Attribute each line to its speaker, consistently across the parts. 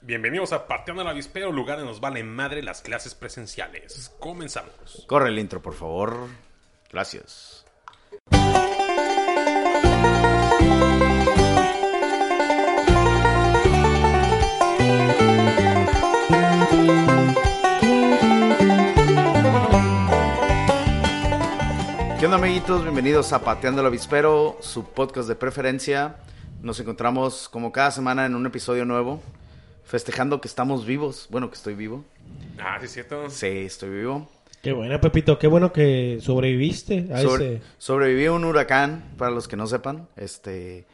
Speaker 1: Bienvenidos a Pateando el Avispero, lugar donde nos vale madre las clases presenciales. Comenzamos.
Speaker 2: Corre el intro, por favor. Gracias. ¿Qué onda, amiguitos? Bienvenidos a Pateando el Avispero, su podcast de preferencia. Nos encontramos como cada semana en un episodio nuevo, festejando que estamos vivos. Bueno, que estoy vivo.
Speaker 1: Ah, sí, es cierto.
Speaker 2: Sí, estoy vivo.
Speaker 3: Qué buena, Pepito. Qué bueno que sobreviviste a
Speaker 2: Sobre-
Speaker 3: ese.
Speaker 2: Sobreviví a un huracán, para los que no sepan. Este,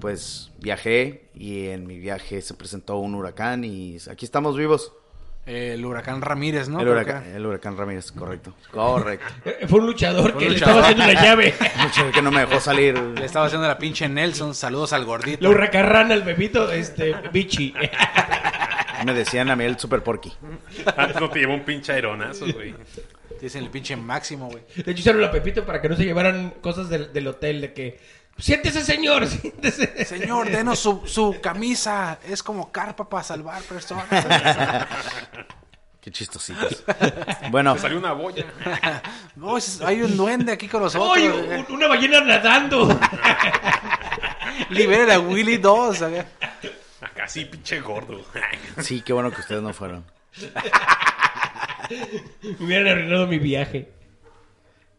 Speaker 2: pues viajé y en mi viaje se presentó un huracán y aquí estamos vivos.
Speaker 4: El huracán Ramírez, ¿no?
Speaker 2: el,
Speaker 4: Creo
Speaker 2: huracán,
Speaker 4: que-
Speaker 2: el huracán Ramírez, correcto. Correcto.
Speaker 3: Eh, Fue un luchador
Speaker 4: Fue
Speaker 3: que
Speaker 4: un
Speaker 3: le
Speaker 4: luchador.
Speaker 3: estaba haciendo la llave.
Speaker 2: Mucho que no me dejó salir.
Speaker 4: Le estaba haciendo la pinche Nelson. Saludos al gordito.
Speaker 3: La hurracarrana al Pepito, este, bichi.
Speaker 2: Me decían a mí el super porky.
Speaker 1: Antes no te llevó un pinche aeronazo, güey.
Speaker 4: Dicen el pinche máximo, güey.
Speaker 3: De hecho, hicieron a Pepito para que no se llevaran cosas del, del hotel, de que. Siéntese, señor, siéntese.
Speaker 4: Señor, denos su, su camisa. Es como carpa para salvar personas.
Speaker 2: Qué chistositos. Bueno,
Speaker 1: Te salió una boya.
Speaker 4: No, es- hay un duende aquí con nosotros.
Speaker 3: ¡Ay,
Speaker 4: güey.
Speaker 3: un- una ballena nadando!
Speaker 4: Liberen a Willy 2. güey.
Speaker 1: Acá sí, pinche gordo.
Speaker 2: sí, qué bueno que ustedes no fueron.
Speaker 3: Me hubieran arruinado mi viaje.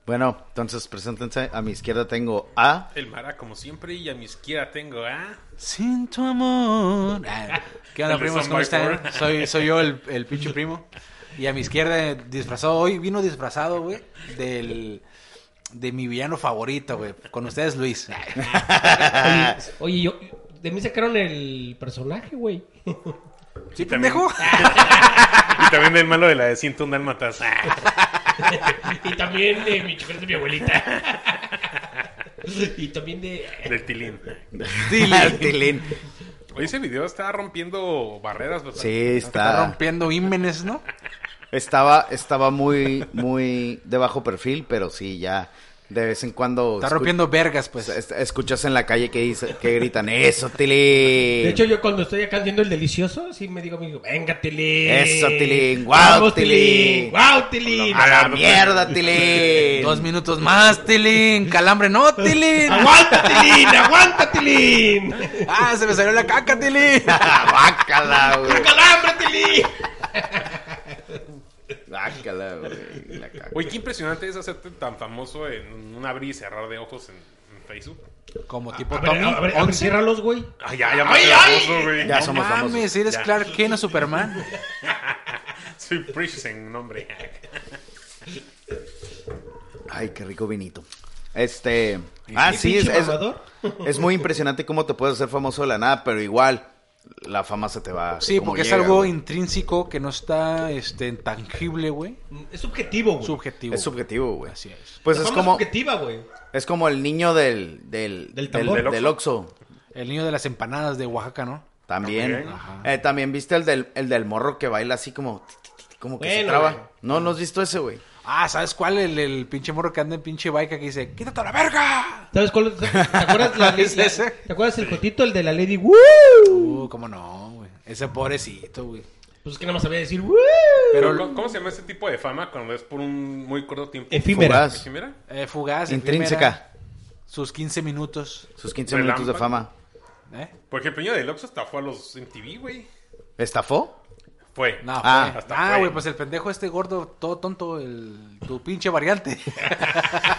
Speaker 2: Bueno, entonces preséntense. A mi izquierda tengo a.
Speaker 1: El mara, como siempre, y a mi izquierda tengo, ¿ah?
Speaker 4: Sin tu amor. Ah, ¿Qué onda,
Speaker 1: El de
Speaker 4: primos?
Speaker 1: Son
Speaker 4: ¿Cómo
Speaker 1: by
Speaker 4: están?
Speaker 1: Four.
Speaker 4: Soy, soy yo, el, el pinche primo. Y a mi izquierda, disfrazado. Hoy vino disfrazado, güey, del... De mi villano favorito, güey. Con ustedes, Luis.
Speaker 3: Oye, oye, yo. De mí sacaron el personaje, güey.
Speaker 4: ¿Sí,
Speaker 1: también-
Speaker 4: pendejo?
Speaker 1: Y también del malo de la de ciento un dálmatas. Ah,
Speaker 3: Y también de mi chofer de mi abuelita. Y también de.
Speaker 1: Del tilín.
Speaker 2: Tilín.
Speaker 1: Oye, ese video está rompiendo barreras, ¿verdad?
Speaker 2: Sí,
Speaker 4: Está rompiendo ímenes, ¿no?
Speaker 2: Pues Estaba, estaba muy, muy de bajo perfil, pero sí, ya de vez en cuando.
Speaker 4: Está
Speaker 2: escu-
Speaker 4: rompiendo vergas, pues.
Speaker 2: es- es- Escuchas en la calle que, dice, que gritan, eso, Tilín.
Speaker 3: De hecho, yo cuando estoy acá haciendo el delicioso, sí me digo, me digo, venga, Tilín.
Speaker 2: Eso, Tilín.
Speaker 3: Vamos,
Speaker 2: Guau, Tilín.
Speaker 3: Guau, Tilín.
Speaker 2: a la mierda, Tilín.
Speaker 4: Eh, Dos minutos más, Tilín. Calambre, no, Tilín.
Speaker 3: Aguanta, Tilín, aguanta, Tilín.
Speaker 4: Ah, se me salió la caca, Tilín.
Speaker 2: Bácala, güey.
Speaker 3: Calambre, Tilín.
Speaker 2: Bácala, güey. La cago.
Speaker 1: Oye, qué impresionante es hacerte tan famoso en un abrir y cerrar de ojos en, en Facebook.
Speaker 4: Como tipo
Speaker 3: A ver,
Speaker 4: Tommy.
Speaker 3: a ver, a ver,
Speaker 4: 11.
Speaker 3: ciérralos, güey.
Speaker 1: Ay, ya, ya me
Speaker 3: Ay,
Speaker 1: hace
Speaker 3: ay.
Speaker 1: famoso, güey.
Speaker 2: Ya
Speaker 4: no
Speaker 2: somos
Speaker 4: mames,
Speaker 2: famosos.
Speaker 4: eres
Speaker 1: Ya.
Speaker 4: Clark Kent o Superman.
Speaker 1: Soy Prison, nombre.
Speaker 2: Ay, qué rico vinito. Este. Ah, sí, es,
Speaker 3: pinche
Speaker 2: es-
Speaker 3: mamador.
Speaker 2: es muy impresionante cómo te puedes hacer famoso de la nada, pero igual la fama se te va.
Speaker 4: Sí,
Speaker 2: como
Speaker 4: porque es
Speaker 2: llega,
Speaker 4: algo
Speaker 2: güey.
Speaker 4: intrínseco que no está este, tangible, güey.
Speaker 3: Es subjetivo, güey.
Speaker 4: Subjetivo.
Speaker 2: Es subjetivo, güey.
Speaker 4: Así es.
Speaker 2: Pues
Speaker 3: La
Speaker 2: es
Speaker 3: fama
Speaker 2: como,
Speaker 3: subjetiva, güey.
Speaker 2: es como el niño del, del,
Speaker 3: Del
Speaker 2: del,
Speaker 3: tambor.
Speaker 2: del
Speaker 1: Del
Speaker 2: Oxxo.
Speaker 4: El niño de las empanadas de Oaxaca, ¿no?
Speaker 2: También.
Speaker 1: Ok.
Speaker 2: Eh, también viste el del, el del morro que baila así como, ti, ti, ti, como que se
Speaker 3: Bueno,
Speaker 2: traba.
Speaker 3: güey.
Speaker 2: No, no has visto ese, güey.
Speaker 4: Ah, ¿sabes cuál? El, el pinche morro que anda en pinche baica que dice, quítate a la verga.
Speaker 3: ¿Sabes cuál? es? ¿Te acuerdas, la,
Speaker 4: ¿Es
Speaker 3: la-
Speaker 4: ese?
Speaker 3: ¿Te acuerdas el cotito, el de la Lady Woo?
Speaker 4: Uh, cómo no, güey. Ese pobrecito, güey.
Speaker 3: Pues es que nada más sabía decir Woo.
Speaker 1: Pero, ¿cómo, cómo se llama ese tipo de fama cuando es por un muy corto tiempo?
Speaker 3: Efímera.
Speaker 2: Fugaz.
Speaker 1: ¿Sí, mira?
Speaker 4: Eh, fugaz. efímera.
Speaker 2: Intrínseca.
Speaker 4: sus 15 minutos.
Speaker 2: Sus 15
Speaker 1: Relámpago.
Speaker 2: minutos de fama.
Speaker 4: ¿eh?
Speaker 1: Por ejemplo, el niño del Oxxo estafó a los MTV, güey.
Speaker 2: ¿Estafó?
Speaker 1: Fue.
Speaker 4: No,
Speaker 2: Ah,
Speaker 4: fue.
Speaker 1: hasta
Speaker 4: Ah,
Speaker 1: fue.
Speaker 4: güey, pues el pendejo este gordo, todo tonto, el, tu pinche variante.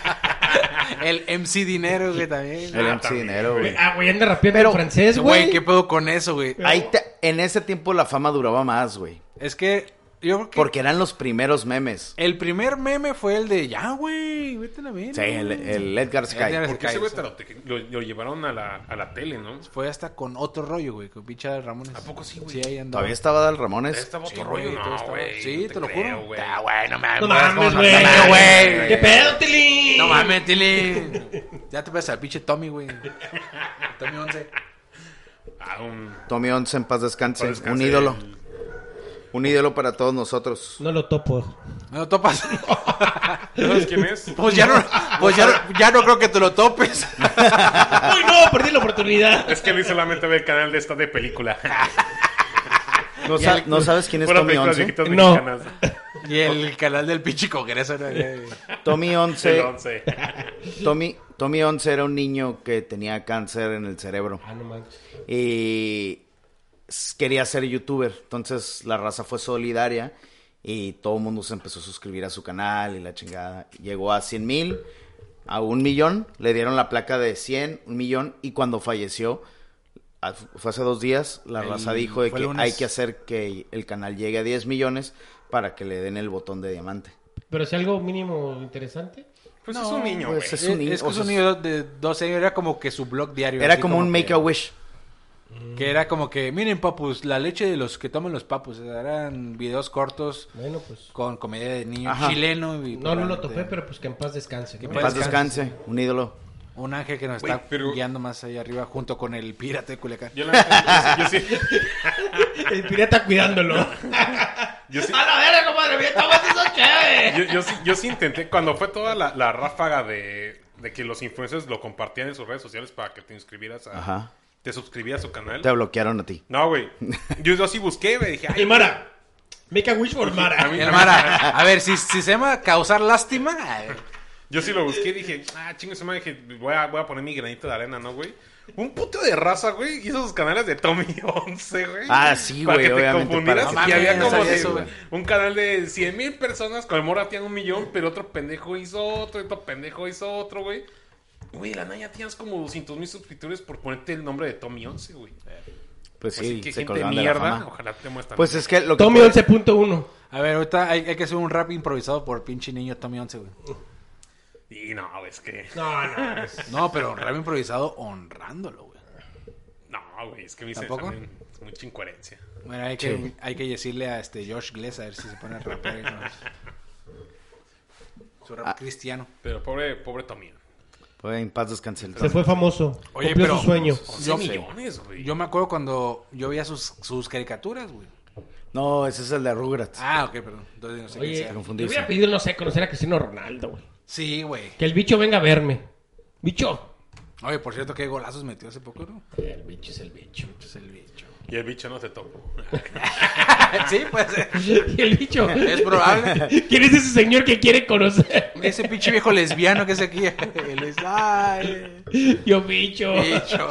Speaker 4: el MC Dinero, güey, también.
Speaker 2: El
Speaker 1: Ah,
Speaker 2: MC
Speaker 1: también,
Speaker 2: dinero,
Speaker 1: güey.
Speaker 2: güey.
Speaker 3: Ah, güey, anda rapeando
Speaker 2: Pero-
Speaker 3: en francés,
Speaker 4: Güey,
Speaker 3: güey.
Speaker 4: ¿qué pedo con eso, güey?
Speaker 2: Ahí te- en ese tiempo la fama duraba más, güey.
Speaker 4: Es que yo creo que
Speaker 2: Porque eran los primeros memes.
Speaker 4: el primer meme fue el de, ya, güey, vete a la verga.
Speaker 2: Sí, el, el Edgar
Speaker 4: Edgar-
Speaker 2: Sky.
Speaker 1: Porque ese
Speaker 4: Sky,
Speaker 1: güey
Speaker 4: sí.
Speaker 1: hasta lo, te- lo- lo llevaron a la, a la tele, ¿no?
Speaker 4: Fue hasta con otro rollo, güey, con pinche Ramones.
Speaker 1: ¿A poco sí, güey?
Speaker 4: Sí, ahí andaba.
Speaker 2: Todavía estaba Dal Ramones.
Speaker 1: Estaba otro
Speaker 4: Sí,
Speaker 1: rollo,
Speaker 4: güey, todo
Speaker 1: no,
Speaker 4: estaba-
Speaker 1: güey.
Speaker 4: Sí,
Speaker 1: no
Speaker 4: te lo
Speaker 1: creo,
Speaker 4: juro.
Speaker 1: güey.
Speaker 4: Ah, güey, no mames,
Speaker 3: No
Speaker 4: ¿cómo
Speaker 3: mames,
Speaker 4: no
Speaker 3: güey.
Speaker 4: mames, güey.
Speaker 3: ¿Qué pedo, Tilín?
Speaker 4: No mames, Tilly. Ya te pasa al pinche Tommy, güey. Tommy 11.
Speaker 1: Ah, un...
Speaker 2: Tommy Once en paz descanse.
Speaker 1: para descansar
Speaker 2: Un ídolo.
Speaker 1: el-
Speaker 2: Un ídolo para todos nosotros.
Speaker 3: No lo topo.
Speaker 4: ¿Me lo topas?
Speaker 1: ¿No ¿Sabes quién es?
Speaker 4: Pues ya no, pues ya, no- ya no creo que te lo topes.
Speaker 3: ¡Uy, no! Perdí la oportunidad.
Speaker 1: Es que Luis solamente ve el canal de esta de película.
Speaker 2: ¿No,
Speaker 4: Y
Speaker 2: sa-
Speaker 4: el-
Speaker 2: no sabes quién es
Speaker 5: Pura
Speaker 2: Tommy
Speaker 5: película de
Speaker 2: 11?
Speaker 5: viejitas
Speaker 3: No.
Speaker 5: mexicanas.
Speaker 4: Y el canal del pinche congreso. ¿no?
Speaker 2: Tommy
Speaker 5: El
Speaker 2: 11,
Speaker 5: 11.
Speaker 2: Tommy, Tommy 11 era un niño que tenía cáncer en el cerebro
Speaker 3: Ah, no manches.
Speaker 2: y s- quería ser youtuber. Entonces la raza fue solidaria y todo el mundo se empezó a suscribir a su canal y la chingada. Llegó a 100 mil, a un millón, le dieron la placa de 100, un millón y cuando falleció, a- fue hace dos días, la
Speaker 4: El-
Speaker 2: raza dijo de
Speaker 4: fue
Speaker 2: que
Speaker 4: lunes.
Speaker 2: hay que hacer que el canal llegue a 10 millones para que le den el botón de diamante.
Speaker 3: Pero si algo mínimo interesante.
Speaker 1: Pues es un niño, güey.
Speaker 2: pues
Speaker 4: Es,
Speaker 2: Es un niño,
Speaker 4: es que
Speaker 2: o
Speaker 4: es
Speaker 2: sea,
Speaker 4: un niño de 12 años, era como que su blog diario.
Speaker 2: Era
Speaker 4: así
Speaker 2: como un
Speaker 4: que-
Speaker 2: make a wish.
Speaker 4: Que era como que, miren papus, la leche de los que toman los papus. O sea, Eran videos cortos
Speaker 3: Bueno, pues.
Speaker 4: con comedia de niño
Speaker 2: Ajá.
Speaker 4: chileno. Y
Speaker 3: No, no lo topé, pero pues que en paz descanse. ¿no?
Speaker 4: Que en
Speaker 2: En
Speaker 4: Paz
Speaker 2: paz
Speaker 4: descanse.
Speaker 2: descanse, un ídolo.
Speaker 4: Un ángel que nos
Speaker 1: Güey,
Speaker 4: está
Speaker 1: pero-
Speaker 4: guiando más allá arriba junto con el pirata de Culiacán.
Speaker 1: Yo, la- yo sí,
Speaker 3: El pirata cuidándolo.
Speaker 1: yo sí-
Speaker 3: ¡A la verga, compadre! ¡Mira, estamos haciendo chévere!
Speaker 1: yo- yo sí- yo sí intenté, cuando fue toda la, la ráfaga de, de que los influencers lo compartían en sus redes sociales para que te inscribieras a...
Speaker 2: Ajá.
Speaker 1: Te suscribías a su canal.
Speaker 2: Te bloquearon a ti.
Speaker 1: No, güey. Yo, yo sí busqué, güey. Dije, ay,
Speaker 3: El Mara. Make a wish for Mara.
Speaker 1: A mí-
Speaker 4: El Mara, a ver, si, si se llama causar lástima, a ver,
Speaker 1: Yo sí lo busqué y dije, ah, chingo, se me dije, voy a, voy a poner mi granito de arena, ¿no, güey? Un puto de raza, güey, hizo sus canales de Tommy 11, güey.
Speaker 2: Ah, sí,
Speaker 1: Para
Speaker 2: güey,
Speaker 1: que te
Speaker 2: obviamente,
Speaker 1: confundieras y
Speaker 2: para-
Speaker 4: No
Speaker 1: que
Speaker 4: mames,
Speaker 1: había
Speaker 4: no
Speaker 1: como
Speaker 4: sabía
Speaker 1: de
Speaker 4: eso, güey.
Speaker 1: un canal de 100 mil personas, con el Mora tiene un millón, pero otro pendejo hizo otro, y otro pendejo hizo otro, güey. Güey, la Naya tienes como 200 mil suscriptores por ponerte el nombre de Tommy 11, güey.
Speaker 2: Pues
Speaker 1: Así
Speaker 2: sí,
Speaker 1: que
Speaker 2: se
Speaker 1: gente
Speaker 2: colgaron de la
Speaker 1: mierda,
Speaker 2: fama.
Speaker 1: ojalá te muestran.
Speaker 2: Pues es que lo que...
Speaker 3: Tommy 11.1.
Speaker 4: a ver, ahorita hay, hay que hacer un rap improvisado por pinche niño Tommy 11, güey.
Speaker 1: Y no, güey, es que...
Speaker 3: No, no. pues. es-
Speaker 4: No, pero un rap improvisado honrándolo, güey.
Speaker 1: No, güey, es que me hice
Speaker 4: ¿Tampoco?
Speaker 1: también mucha incoherencia.
Speaker 4: Bueno, hay que, hay que decirle a este Josh Gless a ver si se pone a rapear. ahí con los- Su rap cristiano.
Speaker 1: Pero pobre, pobre Tommy.
Speaker 2: Pues, en paz descanse el
Speaker 3: Se fue famoso.
Speaker 4: Oye,
Speaker 3: cumplió
Speaker 4: pero-
Speaker 3: su sueño.
Speaker 1: 11
Speaker 4: Yo sé.
Speaker 1: millones, güey.
Speaker 4: Yo me acuerdo cuando yo veía sus, sus caricaturas, güey.
Speaker 2: No, ese es el de Rugrats.
Speaker 4: Ah, ok, perdón. Entonces no sé quién
Speaker 3: Oye,
Speaker 4: sea.
Speaker 2: te
Speaker 3: yo
Speaker 2: confundiste.
Speaker 3: hubiera pedido, no sé, conocer a Cristiano Ronaldo, güey.
Speaker 4: Sí, güey.
Speaker 3: Que el bicho venga a verme. Bicho.
Speaker 4: Oye, por cierto, qué golazos metió hace poco, ¿no?
Speaker 3: El bicho es el bicho.
Speaker 4: Es el bicho.
Speaker 1: Y el bicho no te tocó.
Speaker 4: sí, pues. eh,
Speaker 3: Y el bicho.
Speaker 4: Es probable.
Speaker 3: ¿Quién es ese señor que quiere conocer?
Speaker 4: Ese pinche viejo lesbiano que es aquí. Él es. ¡Ay!
Speaker 3: Yo, bicho.
Speaker 4: Bicho.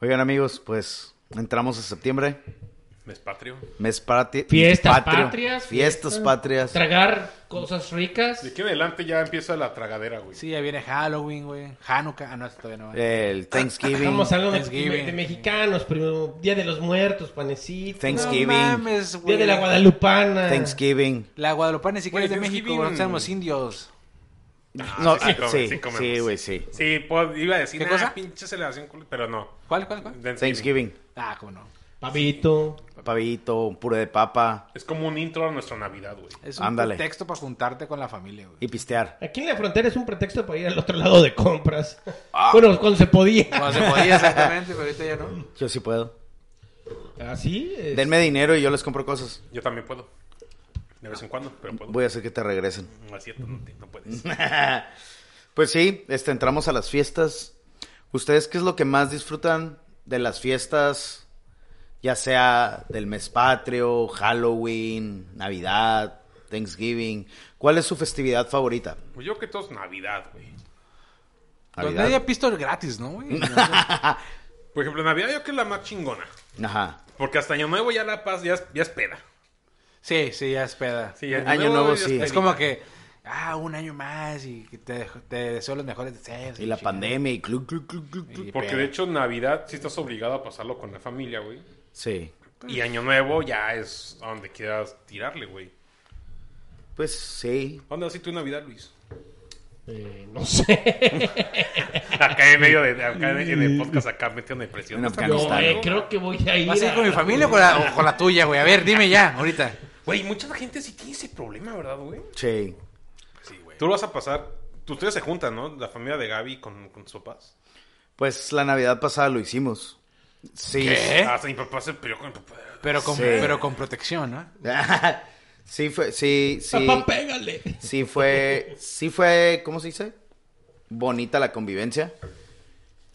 Speaker 2: Oigan, amigos, pues entramos a septiembre.
Speaker 1: Me espatrio.
Speaker 2: Mes patri...
Speaker 3: Fiestas
Speaker 2: patrio.
Speaker 3: patrias.
Speaker 2: Fiestas
Speaker 3: fiesta,
Speaker 2: patrias.
Speaker 3: Tragar cosas ricas.
Speaker 1: De aquí en adelante ya empieza la tragadera, güey.
Speaker 4: Sí, ya viene Halloween, güey. Hanukkah. Ah, no, todavía no.
Speaker 2: El Thanksgiving.
Speaker 3: Estamos hablando de,
Speaker 4: Thanksgiving.
Speaker 3: de mexicanos, primo. Día de los muertos, panecito.
Speaker 2: Thanksgiving.
Speaker 4: No mames,
Speaker 3: Día
Speaker 4: güey.
Speaker 3: de la Guadalupana.
Speaker 2: Thanksgiving.
Speaker 4: La Guadalupana ni siquiera es
Speaker 1: Güey,
Speaker 4: de México,
Speaker 1: Thanksgiving.
Speaker 4: no seamos indios.
Speaker 2: No,
Speaker 1: sí,
Speaker 2: ah,
Speaker 1: come,
Speaker 2: sí,
Speaker 1: sí comemos.
Speaker 2: sí, güey, sí.
Speaker 1: Sí, pues, iba a decir,
Speaker 4: ¿Qué
Speaker 1: ¿Qué
Speaker 4: cosa?
Speaker 1: pinche celebración, culo", pero no.
Speaker 4: ¿Cuál, cuál, cuál?
Speaker 2: Thanksgiving.
Speaker 4: Ah, cómo no.
Speaker 3: Pavito.
Speaker 2: Pavito, puré de papa
Speaker 1: Es como un intro a nuestra Navidad, güey.
Speaker 4: Es un
Speaker 2: Ándale.
Speaker 4: texto para juntarte con la familia, güey.
Speaker 2: y pistear.
Speaker 3: Aquí en la frontera es un pretexto para ir al otro lado de compras.
Speaker 4: Ah.
Speaker 3: Bueno, cuando se podía.
Speaker 4: Cuando se podía exactamente, pero ahorita ya no.
Speaker 2: Yo sí puedo.
Speaker 3: Así es.
Speaker 2: Denme dinero y yo les compro cosas.
Speaker 1: Yo también puedo. De vez en cuando, pero puedo.
Speaker 2: Voy a hacer que te regresen.
Speaker 1: No es cierto, no, te- no puedes.
Speaker 2: Pues sí, este, entramos a las fiestas. ¿Ustedes qué es lo que más disfrutan de las fiestas? Ya sea del mes patrio, Halloween, Navidad, Thanksgiving. ¿Cuál es su festividad favorita?
Speaker 1: Pues yo creo que todo es Navidad, güey.
Speaker 4: Donde
Speaker 2: Navidad.
Speaker 4: haya pistol gratis, ¿no, güey?
Speaker 1: Por ejemplo, Navidad yo creo que es la más chingona.
Speaker 2: Ajá.
Speaker 1: Porque hasta Año Nuevo ya la paz ya es, ya es peda.
Speaker 4: Sí, sí, ya es peda.
Speaker 1: Sí,
Speaker 2: Año Nuevo
Speaker 1: ya
Speaker 2: sí.
Speaker 1: pedita.
Speaker 4: es como que, ah, un año más y que te, te deseo los mejores deseos.
Speaker 2: Y la
Speaker 4: chingada.
Speaker 2: pandemia y cluc, cluc, cluc, cluc, cluc.
Speaker 4: Y
Speaker 1: Porque
Speaker 4: peda.
Speaker 1: de hecho, Navidad sí estás obligado a pasarlo con la familia, güey.
Speaker 2: Sí.
Speaker 1: Y Año Nuevo ya es a donde quieras tirarle, güey.
Speaker 2: Pues sí.
Speaker 1: ¿Dónde así tu Navidad, Luis?
Speaker 3: Eh, no sé.
Speaker 1: Acá en medio de, acá en, en el podcast, acá metiendo depresión.
Speaker 2: En
Speaker 1: No,
Speaker 3: Yo,
Speaker 2: Afganistán.
Speaker 1: güey,
Speaker 3: eh, creo que voy a ir.
Speaker 4: ¿Vas a ir
Speaker 3: a-
Speaker 4: con mi familia o con, la, o con la tuya, güey? A ver, dime ya, ahorita.
Speaker 1: Güey, mucha gente sí tiene ese problema, ¿verdad, güey?
Speaker 2: Sí.
Speaker 1: Sí, güey. Tú lo vas a pasar. tú- Ustedes se juntan, ¿no? La familia de Gaby con, con sus papás.
Speaker 2: Pues la Navidad pasada lo hicimos. Sí.
Speaker 4: ¿Qué? ¿Eh?
Speaker 1: Hasta mi papá se peleó con mi papá.
Speaker 4: Pero con,
Speaker 2: Sí.
Speaker 4: pero con protección, ¿no?
Speaker 2: sí fue, sí, sí.
Speaker 3: Papá, pégale.
Speaker 2: Sí fue, sí fue, ¿cómo se dice? Bonita la convivencia.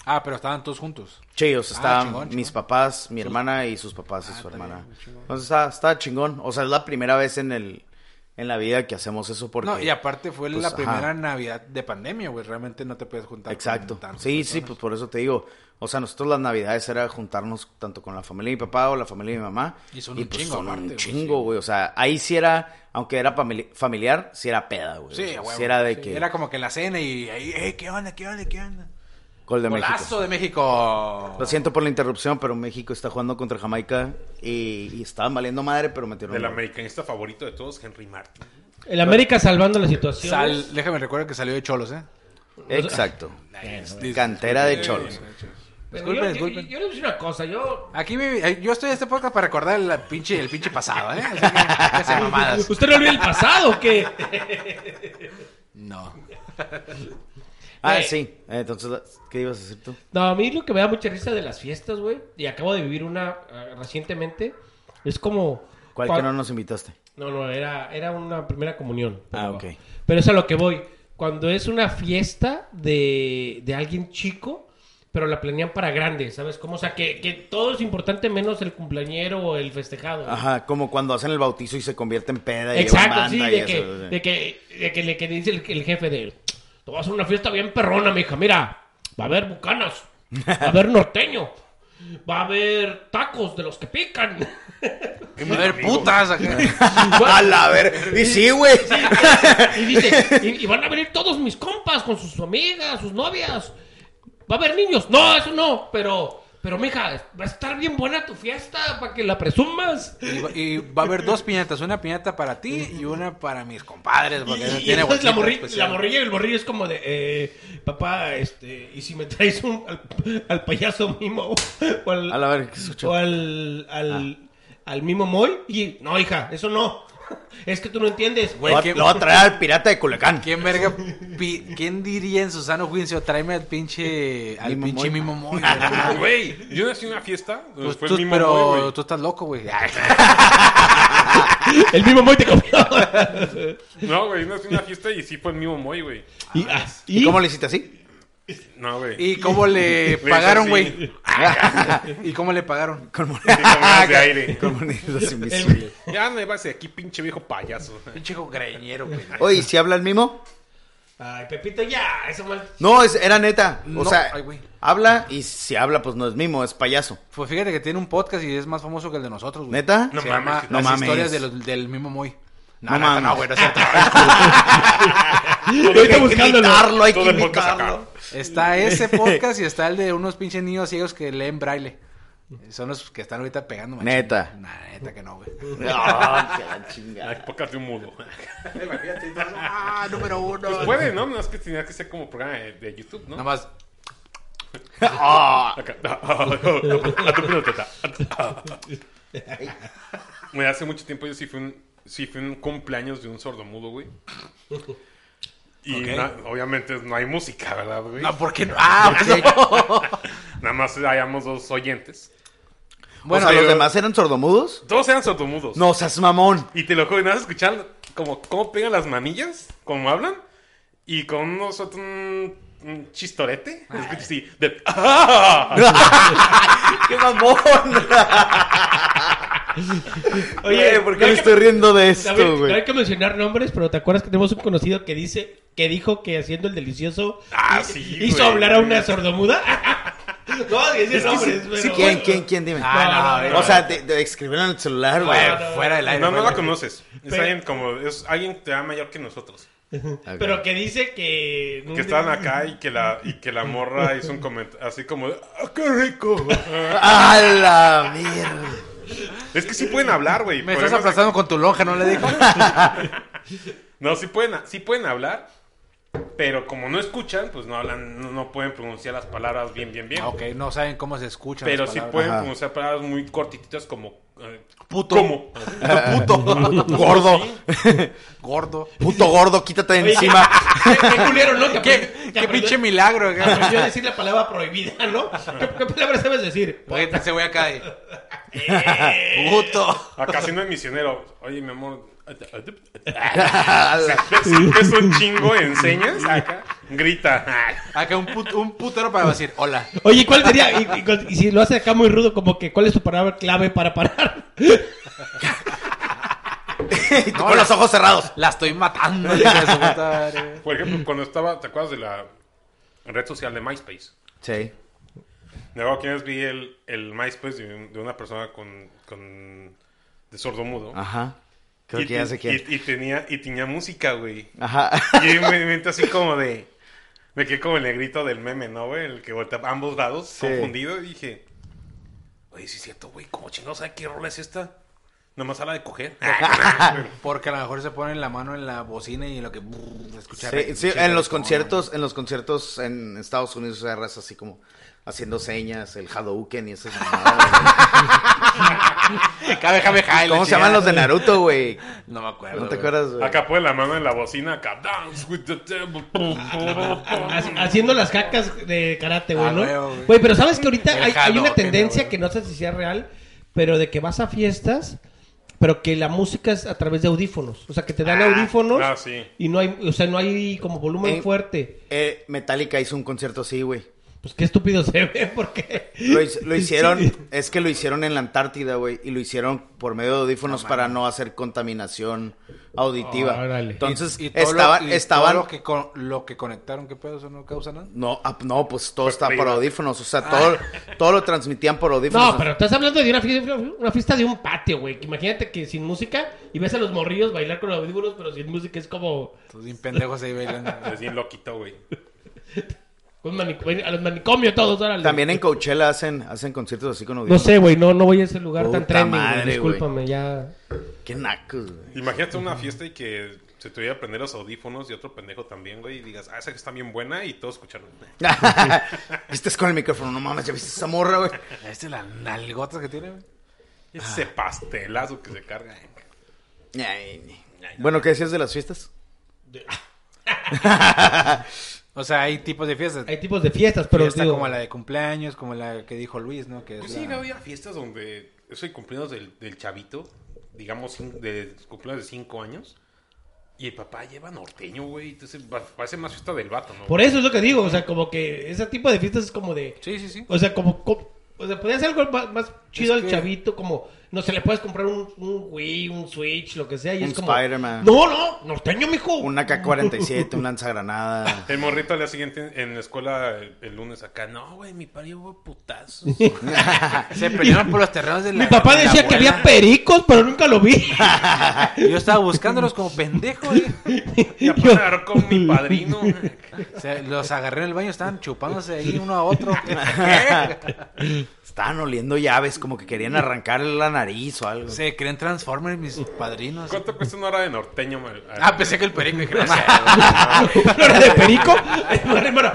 Speaker 4: Ah, pero estaban todos juntos.
Speaker 2: Sí, o sea,
Speaker 4: Ah,
Speaker 2: estaban
Speaker 4: chingón,
Speaker 2: mis
Speaker 4: chingón.
Speaker 2: papás, mi hermana y sus papás y
Speaker 4: Ah,
Speaker 2: su
Speaker 4: está
Speaker 2: hermana.
Speaker 4: bien, chingón.
Speaker 2: Entonces está, está chingón. O sea, es la primera vez en el en la vida que hacemos eso porque...
Speaker 4: No, y aparte fue
Speaker 2: pues,
Speaker 4: la
Speaker 2: ajá.
Speaker 4: primera Navidad de pandemia, güey. Realmente no te puedes juntar. con
Speaker 2: Exacto.
Speaker 4: tantas
Speaker 2: Sí, sí,
Speaker 4: personas.
Speaker 2: pues por eso te digo. O sea, nosotros las navidades era juntarnos tanto con la familia de mi papá o la familia de mi mamá.
Speaker 4: Y son un
Speaker 2: pues,
Speaker 4: chingo
Speaker 2: son un
Speaker 4: aparte, güey,
Speaker 2: chingo,
Speaker 4: sí.
Speaker 2: güey. O sea, ahí sí era, aunque era famili- familiar, sí era peda, güey.
Speaker 4: Sí,
Speaker 2: O sea,
Speaker 4: güey.
Speaker 2: pues, sí era de que...
Speaker 4: Era como que la cena y ahí, "Ey, ¿qué onda? ¿Qué onda? ¿Qué onda?
Speaker 2: Gol de México.
Speaker 4: Golazo de México.
Speaker 2: Lo siento por la interrupción, pero México está jugando contra Jamaica y, y estaban valiendo madre, pero metieron...
Speaker 1: Del
Speaker 2: un gol.
Speaker 1: americanista favorito de todos, Henry Martin.
Speaker 3: El América salvando la situación.
Speaker 4: Sal- déjame recuerdo que salió de Cholos, ¿eh?
Speaker 2: Exacto.
Speaker 4: Dis-
Speaker 2: Cantera de cholos.
Speaker 3: Pero
Speaker 4: Disculpen,
Speaker 3: yo- yo,
Speaker 4: disculpen.
Speaker 3: yo- yo le voy a decir una cosa, yo...
Speaker 4: Aquí vive- yo estoy en este podcast para recordar el pinche, el pinche pasado, ¿eh? Así que, que se mamadas.
Speaker 3: ¿Usted no olvida el pasado o qué?
Speaker 4: No.
Speaker 2: Ah,
Speaker 3: Eh.
Speaker 2: sí. Entonces, ¿qué ibas a decir tú?
Speaker 3: No, a mí lo que me da mucha risa de las fiestas, güey, y acabo de vivir una ah, recientemente, es como...
Speaker 2: ¿Cuál
Speaker 3: cuan-
Speaker 2: que no nos invitaste?
Speaker 3: No, no, era, era una primera comunión.
Speaker 2: Ah, ok.
Speaker 3: Pero es a lo que voy. Cuando es una fiesta de, de alguien chico, pero la planean para grande, ¿sabes? Como, o sea, que, que todo es importante menos el cumpleañero o el festejado. güey.
Speaker 2: Ajá, como cuando hacen el bautizo y se convierte en peda y
Speaker 3: Exacto,
Speaker 2: llevan
Speaker 3: sí,
Speaker 2: banda
Speaker 3: de
Speaker 2: y
Speaker 3: que,
Speaker 2: eso. sí.
Speaker 3: de que, de que, le- que dice el, el jefe de, te vas a hacer una fiesta bien perrona, mija, mira, va a haber bucanas, va a haber norteño, va a haber tacos de los que pican.
Speaker 4: A ver, putas. acá.
Speaker 2: A la ver. Y sí, güey.
Speaker 3: Y dice, y, y van a venir todos mis compas con sus amigas, sus novias. Va a haber niños. No, eso no, pero, pero mija, va a estar bien buena tu fiesta para que la presumas.
Speaker 4: Y, va- y va a haber dos piñatas. Una piñata para ti y una para mis compadres.
Speaker 3: Y,
Speaker 4: Porque
Speaker 3: y
Speaker 4: tiene
Speaker 3: entonces la,
Speaker 4: huequito
Speaker 3: morri- la
Speaker 4: especial.
Speaker 3: morrilla y el morrillo es como de, eh, papá, este, y si me traes un, al, al payaso mimo o al,
Speaker 2: A la ver, ¿qué escuchó? Ah.
Speaker 3: o al, al, al mimo Moy, y no, hija, eso no. Es que tú no entiendes, güey.
Speaker 2: Lo va-
Speaker 4: ¿qué-
Speaker 2: lo va a traer al pirata de Culiacán.
Speaker 4: ¿Quién verga? pi- ¿Quién diría en Susano juicio? Tráeme al pinche. Al
Speaker 2: Mimo
Speaker 4: pinche
Speaker 2: Moy.
Speaker 4: Mimo Moy. ¿verdad?
Speaker 1: Güey, yo nací en una fiesta. donde
Speaker 4: Pues
Speaker 1: fue
Speaker 4: tú-
Speaker 1: el mismo
Speaker 4: pero
Speaker 1: Moy, güey.
Speaker 4: tú estás loco, güey.
Speaker 3: El mimo Moy te copió.
Speaker 1: No, güey, yo nací en una fiesta y sí fue el mismo Moy, güey.
Speaker 3: y, ah,
Speaker 2: ¿Y
Speaker 3: y-
Speaker 2: cómo le hiciste así?
Speaker 1: No, güey.
Speaker 4: ¿Y cómo le
Speaker 1: Güey,
Speaker 4: pagaron,
Speaker 1: sí.
Speaker 4: güey? ¿Y cómo le pagaron?
Speaker 2: Con mon-
Speaker 1: Sí, con monedas de aire.
Speaker 2: Con monedas invisibles.
Speaker 1: Ya no ibas de aquí, pinche viejo payaso.
Speaker 4: Pinche greñero, güey.
Speaker 2: Oye, ¿y si habla el mimo?
Speaker 3: Ay, Pepito, ya, eso mal.
Speaker 2: No, es, era neta. O
Speaker 4: No,
Speaker 2: sea,
Speaker 4: ay, güey.
Speaker 2: habla y si habla, pues no es mimo, es payaso.
Speaker 4: Pues fíjate que tiene un podcast y es más famoso que el de nosotros, güey.
Speaker 2: ¿Neta?
Speaker 1: No
Speaker 4: Se
Speaker 1: mames.
Speaker 4: llama
Speaker 2: No
Speaker 4: Las
Speaker 2: mames.
Speaker 4: historias de los- del mismo Moy. No,
Speaker 2: No
Speaker 4: no, no,
Speaker 2: mames.
Speaker 4: no, güey, no es cierto.
Speaker 1: Ah,
Speaker 3: Ahorita
Speaker 2: Hay que
Speaker 3: buscándolo.
Speaker 2: imitarlo, hay que
Speaker 1: Todo el podcast
Speaker 2: imitarlo.
Speaker 1: acá.
Speaker 4: Está ese podcast y está el de unos pinches niños ciegos que leen braille. Son los que están ahorita pegando, machín.
Speaker 2: Neta.
Speaker 4: Nah, neta que no, güey.
Speaker 2: Ah, qué la chingada.
Speaker 1: Las pocas de un mudo.
Speaker 4: Ah, número uno.
Speaker 1: Pues puede, ¿no? No es que tenía que ser como programa de, de YouTube, ¿no?
Speaker 4: Nada más.
Speaker 2: Ah.
Speaker 1: Acá. A ah, tu Ah, peloteta. Güey, hace mucho tiempo yo sí fui un, sí fui un cumpleaños de un sordomudo, güey. Y
Speaker 4: Ok.
Speaker 1: na- obviamente no hay música, ¿verdad, güey?
Speaker 4: No, ¿por qué no? Ah, ok.
Speaker 1: pues Nada más hayamos dos oyentes.
Speaker 4: Bueno,
Speaker 2: o sea,
Speaker 1: yo-
Speaker 2: ¿los demás eran sordomudos?
Speaker 1: Todos eran sordomudos.
Speaker 2: No, seas mamón.
Speaker 1: Y te lo juro, y nada, escuchando como cómo pegan las manillas, como hablan, y con unos otro- un, un chistorete,
Speaker 4: Ah.
Speaker 1: escuchas así, de... ¡Ah!
Speaker 2: ¡Qué mamón! Oye, ¿por
Speaker 3: no
Speaker 2: qué
Speaker 3: hay
Speaker 2: me
Speaker 3: que-
Speaker 2: estoy riendo de
Speaker 3: A ver,
Speaker 2: esto,
Speaker 3: no hay
Speaker 2: güey?
Speaker 3: que mencionar nombres, pero ¿te acuerdas que tenemos un conocido que dice que dijo que haciendo el delicioso
Speaker 1: Ah,
Speaker 3: hi-
Speaker 1: sí,
Speaker 3: hizo
Speaker 1: güey.
Speaker 3: hablar a una sordomuda? no, dice nombres, pero-
Speaker 2: Sí, ¿Quién, quién, quién? Dime.
Speaker 4: Ah, no,
Speaker 2: o sea, te, te escribieron en el celular, güey.
Speaker 4: Güey,
Speaker 3: no, no,
Speaker 4: fuera del aire.
Speaker 1: No, no
Speaker 4: fuera
Speaker 1: la
Speaker 4: del aire.
Speaker 1: conoces. Es
Speaker 3: Pero-
Speaker 1: alguien como... Es alguien que era mayor que nosotros.
Speaker 2: Ok.
Speaker 3: Pero que dice que
Speaker 1: Que estaban acá y que la, y que la morra hizo un comentario así como... de, ¡Ah, qué rico!
Speaker 2: ¡A la mierda!
Speaker 1: es que sí pueden hablar, güey.
Speaker 4: Me
Speaker 1: Podemos-
Speaker 4: estás aplastando con tu lonja, ¿no le dijo?
Speaker 1: No, sí pueden, sí pueden hablar, pero como no escuchan, pues no hablan, no, no pueden pronunciar las palabras bien, bien, bien.
Speaker 4: Ah, ok, no saben cómo se escucha.
Speaker 1: Pero sí pueden
Speaker 4: puede.
Speaker 2: Ajá.
Speaker 1: pronunciar palabras muy cortititas como... eh,
Speaker 4: Puto.
Speaker 1: ¿Cómo?
Speaker 4: Puto.
Speaker 2: Gordo.
Speaker 4: Gordo.
Speaker 2: Puto gordo, quítate de encima.
Speaker 3: Qué, qué culero, ¿no? Que
Speaker 4: ¿Qué,
Speaker 3: aprendió- que
Speaker 4: qué
Speaker 3: aprendió-
Speaker 4: pinche milagro, güey.
Speaker 3: aprendió a decir la palabra prohibida, ¿no? ¿Qué, qué palabra sabes decir?
Speaker 4: Oye, se voy acá de. Puto.
Speaker 1: Acá siendo el misionero. Oye, mi amor, Es un chingo, enseñas, acá, grita.
Speaker 4: Acá un, put- un putero para decir hola.
Speaker 3: Oye, ¿y ¿cuál sería? Y, y con- y si lo hace acá muy rudo, como que, ¿cuál es tu palabra clave para parar?
Speaker 2: Y tú con los ojos cerrados.
Speaker 4: La estoy matando. hija de su puta madre, güey.
Speaker 1: Por ejemplo, cuando estaba, ¿te acuerdas de la red social de MySpace?
Speaker 2: Sí.
Speaker 1: Luego, quienes vi el, el MySpace de, un- de una persona con, con de sordomudo.
Speaker 2: Ajá. Ah, Creo
Speaker 1: Y
Speaker 2: que ya
Speaker 1: ten-
Speaker 2: sé quién.
Speaker 1: Y, y tenía, y tenía música, güey.
Speaker 2: Ajá.
Speaker 1: Y en mi mente así como de... Me quedé como el negrito del meme, ¿no, güey? El que voltea a ambos lados,
Speaker 2: Sí.
Speaker 1: confundido. Y dije... Oye, sí es cierto, güey. ¿Cómo chingados sabe qué rola es esta? Nomás habla de coger.
Speaker 2: Ah,
Speaker 4: Porque a lo mejor se ponen la mano en la bocina y en lo que brrr, escuchar.
Speaker 2: Sí, sí, en los conciertos, en los conciertos en Estados Unidos se raza así como haciendo señas, el Hadouken y esas mamadas,
Speaker 4: Eh, Cabe, cabe,
Speaker 2: güey. ¿Cómo se llaman los de Naruto, güey?
Speaker 4: No me acuerdo.
Speaker 2: ¿No te
Speaker 4: güey.
Speaker 2: acuerdas, güey?
Speaker 1: Acá pone la mano en la bocina, acá... Dance with the devil.
Speaker 3: Ha- Haciendo las cacas de karate, güey,
Speaker 4: Ah,
Speaker 3: ¿no?
Speaker 4: huevo, güey.
Speaker 3: Güey, pero sabes que ahorita
Speaker 4: El
Speaker 3: hay, hay una
Speaker 4: Hadouken,
Speaker 3: tendencia
Speaker 4: güey.
Speaker 3: que no sé si sea real, pero de que vas a fiestas, pero que la música es a través de audífonos. O sea, que te dan audífonos
Speaker 1: Ah, sí.
Speaker 3: y no hay, o sea, no hay como volumen
Speaker 2: Eh.
Speaker 3: fuerte.
Speaker 2: Eh, Metallica hizo un concierto así, güey.
Speaker 3: Pues qué estúpido se ve, porque...
Speaker 2: Lo, hi- lo hicieron,
Speaker 3: Sí.
Speaker 2: es que lo hicieron en la Antártida, güey, y lo hicieron por medio de audífonos para no hacer contaminación auditiva.
Speaker 3: Órale.
Speaker 2: Entonces,
Speaker 4: Y todo lo-
Speaker 2: estaban,
Speaker 4: y todo
Speaker 2: estaban,
Speaker 4: lo que, con- lo que conectaron, ¿qué pedo? ¿Eso no causa nada?
Speaker 2: no, ah, no, pues todo está por
Speaker 1: privado.
Speaker 2: audífonos, o sea, todo,
Speaker 4: Ah.
Speaker 2: todo lo transmitían por audífonos.
Speaker 3: No, pero estás hablando de una fiesta, una fiesta de un patio, güey. que Imagínate que sin música y ves a los morrillos bailar con los audífonos, pero sin música es como
Speaker 4: Estos bien pendejos ahí bailando.
Speaker 1: Es bien loquito, güey.
Speaker 3: un manic- a los manicomios todos. Órale.
Speaker 2: También en Coachella hacen, hacen conciertos así con
Speaker 3: No
Speaker 2: audífonos.
Speaker 3: sé, güey, no, no voy a ese lugar tan
Speaker 2: Puta
Speaker 3: trending. güey,
Speaker 2: madre, güey.
Speaker 3: Discúlpame, ya.
Speaker 2: Qué nacos, güey.
Speaker 1: Imagínate una fiesta y que se te vaya a prender los audífonos y otro pendejo también, güey, y digas, ah, esa que está bien buena y todos escucharon.
Speaker 2: Viste con el micrófono, no mames, ya viste esa morra, güey.
Speaker 4: ¿Este es la nalgota que tiene? güey?
Speaker 1: Ese
Speaker 2: Ah.
Speaker 1: pastelazo que se carga.
Speaker 2: Ay, Bueno, ¿qué decías de las fiestas?
Speaker 4: O sea, hay tipos de fiestas.
Speaker 3: Hay tipos de fiestas, pero
Speaker 4: Fiesta
Speaker 3: digo,
Speaker 4: como la de cumpleaños, como la que dijo Luis, ¿no? Que es
Speaker 1: Yo
Speaker 4: la-
Speaker 1: sí había fiestas donde es el cumpleaños del, del chavito, digamos, cin- de cumpleaños de 5 años, y el papá lleva norteño, güey, entonces va- parece más fiesta del vato, ¿no?
Speaker 3: Por eso es lo que digo, o sea, como que ese tipo de fiestas es como de...
Speaker 4: Sí, sí, sí.
Speaker 3: O sea, como... co- o sea, podría ser algo más, más chido
Speaker 4: Es
Speaker 3: al
Speaker 4: que-
Speaker 3: chavito, como... No sé, le puedes comprar un, un Wii, un Switch, lo que sea, y
Speaker 2: Un
Speaker 3: es como...
Speaker 2: Spider-Man.
Speaker 3: No, no, norteño, mijo.
Speaker 2: Una K-47, un lanzagranada.
Speaker 1: El morrito al día siguiente en la escuela el, el lunes acá, no, güey, mi padre hubo putazos.
Speaker 4: Ah, Se pelearon por los terrenos de la.
Speaker 3: Mi papá
Speaker 4: de la
Speaker 3: decía que
Speaker 4: abuela.
Speaker 3: había pericos, pero nunca lo vi.
Speaker 4: Yo estaba buscándolos como pendejos. güey.
Speaker 1: Y aparte agarró con mi padrino.
Speaker 4: O sea, los agarré en el baño, estaban chupándose ahí uno a otro.
Speaker 2: Estaban oliendo llaves, como que querían arrancar la nariz o algo.
Speaker 4: Se creen Transformers mis padrinos.
Speaker 1: ¿Cuánto cuesta una hora de norteño, mal?
Speaker 4: Ah, pensé que el perico dije, no sé, güey.
Speaker 3: ¿Una hora de perico? Ay, madre, mano.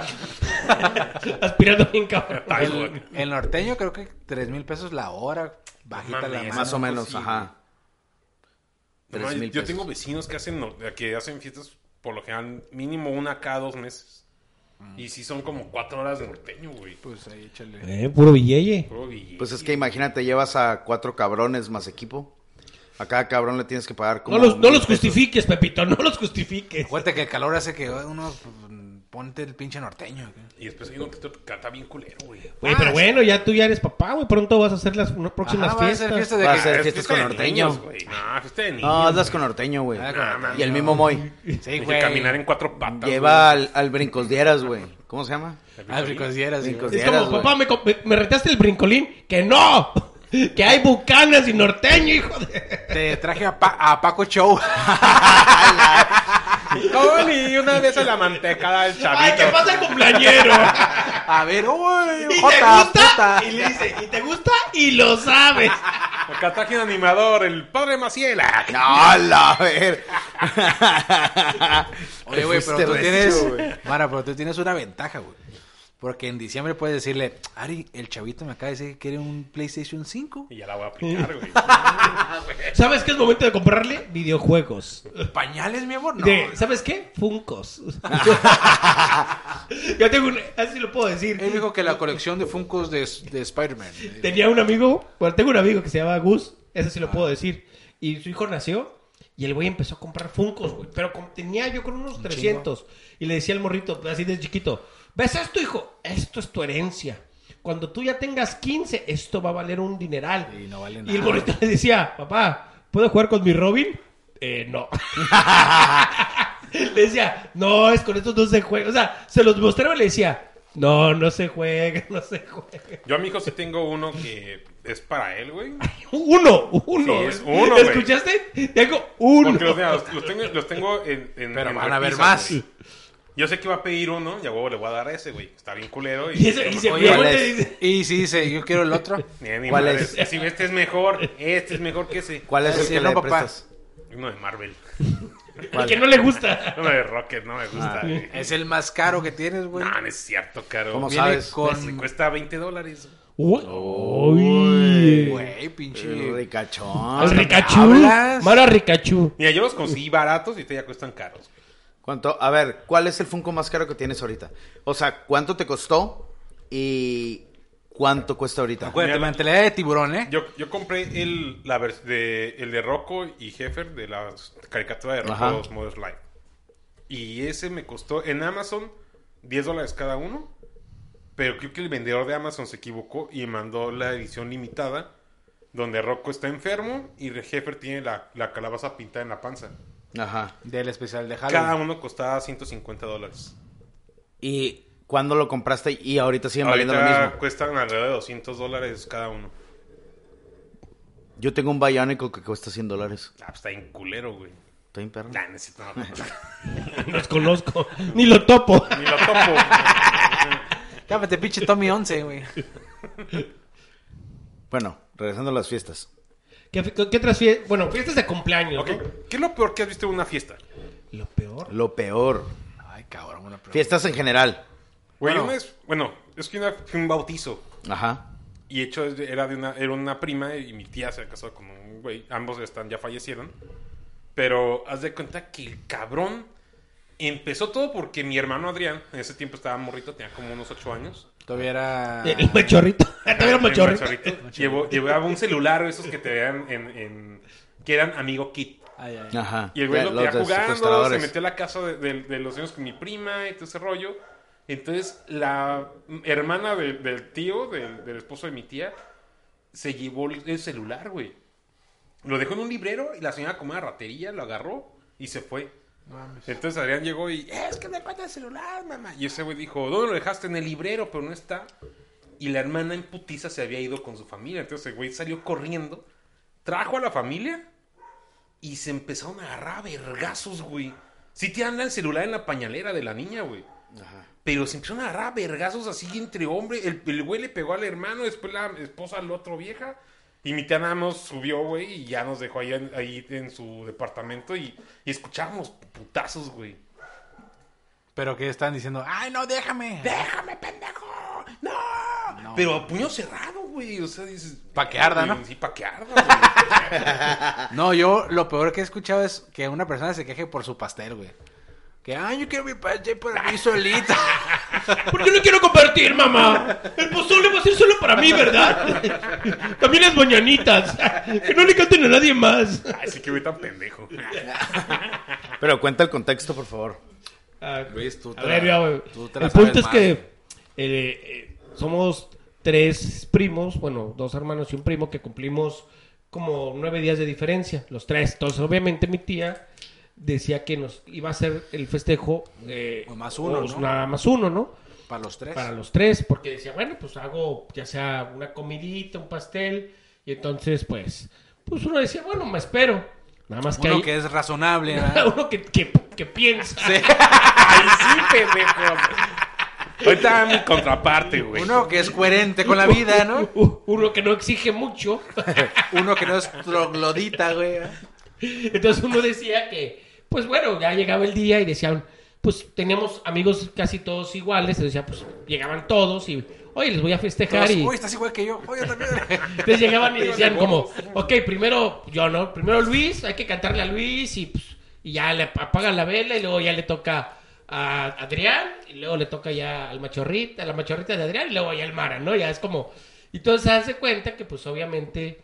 Speaker 3: Aspirando bien cabrón.
Speaker 1: Tal, güey.
Speaker 4: El, el norteño creo que tres mil pesos la hora. Bajita
Speaker 1: Mames,
Speaker 4: la mano.
Speaker 2: Más o menos,
Speaker 4: Sí,
Speaker 2: ajá.
Speaker 1: No,
Speaker 2: Tres
Speaker 1: yo
Speaker 2: mil
Speaker 1: yo
Speaker 2: pesos.
Speaker 1: tengo vecinos que hacen, no- que hacen fiestas por lo general mínimo una cada dos meses.
Speaker 2: Mm.
Speaker 1: Y sí son como cuatro horas de norteño, güey.
Speaker 4: Pues ahí, échale.
Speaker 3: Eh, puro billete.
Speaker 1: Puro billete.
Speaker 2: Pues es que imagínate, llevas a cuatro cabrones más equipo. A cada cabrón le tienes que pagar como.
Speaker 3: No los, no
Speaker 2: mil
Speaker 3: los
Speaker 2: pesos.
Speaker 3: justifiques, Pepito, no los justifiques.
Speaker 4: Acuérdate que el calor hace que uno mm, ponte el pinche norteño. güey.
Speaker 1: Y después hay uno que te canta bien culero, güey.
Speaker 3: Güey, pero bueno, ya tú ya eres papá, güey. Pronto vas a hacer las no- próximas
Speaker 4: Ah, Ajá, va a
Speaker 3: fiestas.
Speaker 4: ser fiesta de
Speaker 2: Va a
Speaker 4: que-
Speaker 2: ser
Speaker 1: Ah, es
Speaker 2: fiestas
Speaker 1: fiesta
Speaker 2: con
Speaker 1: de
Speaker 2: norteño.
Speaker 1: niños, güey. No, fiesta de niños.
Speaker 2: No, hazlas con norteño, güey.
Speaker 4: Ah, con norteño.
Speaker 2: Y el mismo Moy.
Speaker 4: Sí,
Speaker 1: Hay que
Speaker 4: güey. Ah,
Speaker 1: caminar en cuatro patas.
Speaker 2: Lleva al, al Brincos Dieras, güey. ¿Cómo se llama?
Speaker 4: Ah, brincosieras, sí,
Speaker 2: Brincos-
Speaker 4: güey.
Speaker 3: Es como,
Speaker 2: Vieras, güey.
Speaker 3: papá, me, co- me- me retaste el brincolín. Que no, que hay bucanas y norteño, hijo de.
Speaker 4: Te traje a, Pa- a Paco Show.
Speaker 1: y una vez a la mantecada del chavito.
Speaker 3: Ay, ¿qué pasa el cumpleañero?
Speaker 4: A ver, uy,
Speaker 3: Y
Speaker 4: jota,
Speaker 3: te gusta,
Speaker 4: puta.
Speaker 3: y le dice, y te gusta, y lo sabes.
Speaker 1: Acá traje un animador, el padre Maciela.
Speaker 2: No, la ver.
Speaker 4: Oye, güey, pero
Speaker 2: Fuiste
Speaker 4: tú
Speaker 2: recio, güey.
Speaker 4: tienes. Mara, pero tú tienes una ventaja, güey. Porque en diciembre puedes decirle, Ari, el chavito me acaba de decir que quiere un PlayStation 5.
Speaker 1: Y ya la voy a aplicar, güey.
Speaker 3: ¿Sabes qué es momento de comprarle? Videojuegos.
Speaker 4: ¿Pañales, mi amor? No.
Speaker 3: De, ¿Sabes qué? Funcos. Yo tengo un. Así lo puedo decir.
Speaker 4: Él dijo que la colección de Funkos de, de Spider-Man.
Speaker 3: Tenía un amigo, bueno, tengo un amigo que se llama Gus, eso sí lo puedo decir. Y su hijo nació y Y el güey empezó a comprar Funcos, güey. Pero com- tenía yo creo unos 300. Y le decía al morrito, así de chiquito, ¿ves esto, hijo? Esto es tu herencia. Cuando tú ya tengas 15, esto va a valer un dineral.
Speaker 4: Y no vale
Speaker 3: Y el
Speaker 4: nada.
Speaker 3: morrito le decía, papá, ¿puedo jugar con mi Robin? Eh, no. le decía, no, es con estos no se juega. O sea, se los mostraba y le decía, no, no se juega, no se juega.
Speaker 1: Yo a mi hijo sí tengo uno que es para él, güey.
Speaker 3: Uno, uno.
Speaker 1: Sí, es uno, güey.
Speaker 3: ¿Escuchaste? Tengo uno.
Speaker 1: Porque los, mira, los- los tengo, los tengo en, en-
Speaker 4: Pero
Speaker 1: en
Speaker 4: van a ver
Speaker 1: repisas,
Speaker 4: más.
Speaker 1: güey. Yo sé que iba a pedir uno, ya huevo, le voy a dar ese, güey. Está bien culero. Y,
Speaker 3: Y ese- y se
Speaker 4: Oye,
Speaker 3: fue,
Speaker 2: ¿cuál
Speaker 3: te
Speaker 2: es?
Speaker 3: dice,
Speaker 4: Y si dice, yo quiero el otro.
Speaker 1: Ni- ni
Speaker 2: ¿Cuál
Speaker 1: madres. Sí, este es mejor, este es mejor que ese.
Speaker 2: ¿Cuál es el
Speaker 4: Sí,
Speaker 2: que
Speaker 4: no,
Speaker 2: le
Speaker 4: papá.
Speaker 2: prestas?
Speaker 1: Uno de Marvel.
Speaker 2: ¿Cuál?
Speaker 3: que no le gusta.
Speaker 1: Uno de Rocket, no me gusta. güey.
Speaker 4: Ah, Es el más caro que tienes, güey.
Speaker 1: No, no es cierto, caro.
Speaker 2: ¿Cómo
Speaker 4: Viene
Speaker 2: sabes?
Speaker 1: Me
Speaker 4: con...
Speaker 1: cuesta 20 dólares.
Speaker 3: Uy.
Speaker 4: Güey,
Speaker 2: El
Speaker 4: pinche...
Speaker 2: ricachón.
Speaker 3: Al Rikachu.
Speaker 4: hablas.
Speaker 3: Mara Rikachu.
Speaker 1: Mira, yo los conseguí baratos y te ya cuestan caros.
Speaker 2: ¿Cuánto? A ver, ¿cuál es el Funko más caro que tienes ahorita? O sea, ¿cuánto te costó y cuánto cuesta ahorita?
Speaker 4: Acuérdate,
Speaker 1: Mira,
Speaker 4: mentalidad de tiburón, ¿eh?
Speaker 1: Yo, yo compré el, la vers- de, el de Rocco y Heffer de la caricatura de
Speaker 2: Ajá.
Speaker 1: Rocco 2 Models Live. Y ese me costó en Amazon 10 dólares cada uno. Pero creo que el vendedor de Amazon se equivocó y mandó la edición limitada donde Rocco está enfermo y Heffer tiene la, la calabaza pintada en la panza.
Speaker 2: Ajá.
Speaker 4: Del especial de
Speaker 1: Cada
Speaker 4: Halloween.
Speaker 1: uno costaba 150 dólares.
Speaker 2: ¿Y cuándo lo compraste y ahorita siguen valiendo lo
Speaker 1: Ahorita
Speaker 2: mismo?
Speaker 1: cuestan alrededor de 200 dólares cada uno.
Speaker 2: Yo tengo un Bionicle que cuesta 100 dólares.
Speaker 1: Ah, pues está en culero, güey.
Speaker 2: ¿Está bien, perro?
Speaker 1: Nah, necesito- no, no.
Speaker 3: No los conozco. Ni lo topo.
Speaker 1: Ni lo topo.
Speaker 4: Cámate, pinche Tommy 11, güey.
Speaker 2: Bueno, regresando a las fiestas.
Speaker 3: ¿Qué, qué otras fiestas? Bueno, fiestas de cumpleaños.
Speaker 1: Ok,
Speaker 3: ¿no?
Speaker 1: ¿Qué es lo peor que has visto en una fiesta?
Speaker 3: Lo peor.
Speaker 2: Lo peor.
Speaker 4: Ay, cabrón, una pregunta.
Speaker 2: Fiestas en general.
Speaker 1: Güey,
Speaker 2: Bueno.
Speaker 1: una vez- bueno, es que una- fue un bautizo.
Speaker 2: Ajá.
Speaker 1: Y hecho es de- era de una, era una prima y mi tía se casó con un güey. Ambos están, ya fallecieron. Pero haz de cuenta que el cabrón empezó todo porque mi hermano Adrián, en ese tiempo estaba morrito, tenía como unos ocho años.
Speaker 4: Todavía era...
Speaker 3: Eh, El machorrito. Todavía era un
Speaker 1: El
Speaker 3: machorrito.
Speaker 1: machorrito. Llevó- llevaba un celular, esos que te vean en, en- que eran amigo kit.
Speaker 4: Ay, ay.
Speaker 2: Ajá.
Speaker 1: Y el güey lo
Speaker 2: Los
Speaker 1: quería
Speaker 2: de
Speaker 1: jugando, se
Speaker 2: secuestradores.
Speaker 1: metió a la casa de, de- de los niños con mi prima y todo ese rollo. Entonces, la hermana de- del tío, del, del esposo de mi tía, se llevó el el celular, güey. Lo dejó en un librero y la señora como una ratería lo agarró y se fue. Entonces Adrián llegó y, "Eh, es que me falta el celular, mamá. Y ese güey dijo, ¿dónde lo dejaste? En el librero, pero no está. Y la hermana en putiza se había ido con su familia. Entonces el güey salió corriendo, trajo a la familia y se empezaron a agarrar a vergazos, güey. Sí te anda el celular en la pañalera de la niña, güey. Pero se empezaron a agarrar a vergazos así entre hombres. El, el güey le pegó al hermano, después la esposa al otro vieja. Y mi tía nada más subió, güey, y ya nos dejó ahí en, ahí en su departamento y, y escuchábamos putazos, güey.
Speaker 4: Pero que están diciendo, ay, no, déjame.
Speaker 1: ¡Déjame, pendejo! ¡No!
Speaker 4: No.
Speaker 1: Pero a puño cerrado, güey. O sea, dices...
Speaker 4: Pa' que arda, ¿no?
Speaker 1: Sí, pa' que arda, güey.
Speaker 4: No, yo lo peor que he escuchado es que una persona se queje por su pastel, güey. Que, ay, yo quiero mi pastel para mí solito.
Speaker 3: Porque yo no quiero compartir, mamá. El pozole va a ser solo para mí, ¿verdad? También las mañanitas. Que no le canten a nadie más.
Speaker 1: Ay, sí que güey tan pendejo.
Speaker 2: Pero cuenta el contexto, por favor.
Speaker 4: Luis, tú te
Speaker 3: Ah, A ver,
Speaker 4: la-
Speaker 3: yo,
Speaker 4: tú te la
Speaker 3: el punto
Speaker 4: sabes
Speaker 3: es que eh, eh, somos tres primos, bueno, dos hermanos y un primo que cumplimos como nueve días de diferencia, los tres. Entonces, obviamente, mi tía decía que nos iba a hacer el festejo eh,
Speaker 4: O más uno,
Speaker 3: o
Speaker 4: ¿no?
Speaker 3: nada más uno, ¿no?
Speaker 4: Para los tres.
Speaker 3: Para los tres, porque decía, bueno, pues hago ya sea una comidita, un pastel, y entonces, pues, pues uno decía, bueno, me espero. Nada más que
Speaker 4: Uno
Speaker 3: ahí-
Speaker 4: que es razonable, ¿verdad?
Speaker 3: uno que, que- que piensa.
Speaker 1: ¡Ay, sí, pendejo! Ahorita mi contraparte, güey.
Speaker 4: Uno que es coherente con la vida, ¿no?
Speaker 3: Uno que no exige mucho.
Speaker 4: Uno que no es troglodita, güey.
Speaker 3: Entonces uno decía que, pues bueno, ya llegaba el día y decían, pues teníamos amigos casi todos iguales. Y decía, pues llegaban todos y, oye, les voy a festejar.
Speaker 4: Todos,
Speaker 3: y
Speaker 4: Uy, estás igual que yo. Oye, también.
Speaker 3: entonces llegaban y decían como, ok, primero yo, ¿no? Primero Luis, hay que cantarle a Luis y, pues, y ya le apagan la vela y luego ya le toca a Adrián y luego le toca ya al machorrita, a la machorrita de Adrián y luego ya al Mara, ¿no? Ya es como... Y entonces se hace cuenta que pues obviamente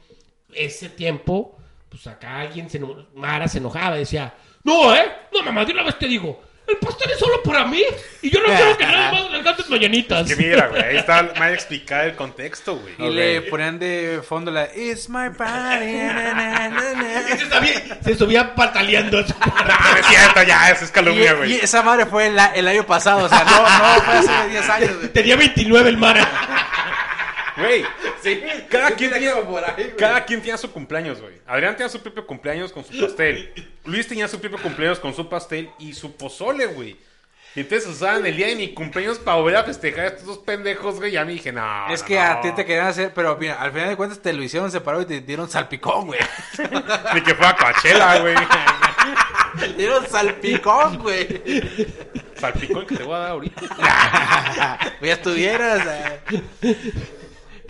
Speaker 3: ese tiempo pues acá alguien se eno- Mara se enojaba y decía, no, ¿eh? No, mamá, de una vez te digo, el pastel es solo para mí y yo no quiero que nadie más le cante mañanitas.
Speaker 1: Que mira, güey, ahí está mal explicado el contexto, güey.
Speaker 4: Y le ponían de fondo la It's my party. na, na, na, na".
Speaker 3: Se subía, se subía pataleando.
Speaker 1: No, no es cierto, ya, eso es calumnia,
Speaker 4: Y, y
Speaker 1: güey.
Speaker 4: esa madre fue la- el año pasado, o sea, no, no, fue hace 10 años, güey.
Speaker 3: Tenía 29 el Mara.
Speaker 1: Güey, cada, quien
Speaker 4: la
Speaker 1: tenía,
Speaker 4: quiero por ahí, güey.
Speaker 1: cada quien tenía su cumpleaños, güey. Adrián tenía su propio cumpleaños con su pastel. Luis tenía su propio cumpleaños con su pastel y su pozole, güey. Y entonces usaban el día de mi cumpleaños para volver a festejar a estos dos pendejos, güey. Ya me dije, no.
Speaker 4: Es
Speaker 1: no,
Speaker 4: que
Speaker 1: no.
Speaker 4: a ti te querían hacer, pero mira, al final de cuentas te lo hicieron separado y te dieron salpicón, güey.
Speaker 1: Ni que fuera Coachella, güey.
Speaker 4: Te dieron salpicón, güey.
Speaker 1: Salpicón que te voy a dar ahorita.
Speaker 4: Pues Ya estuvieras. eh.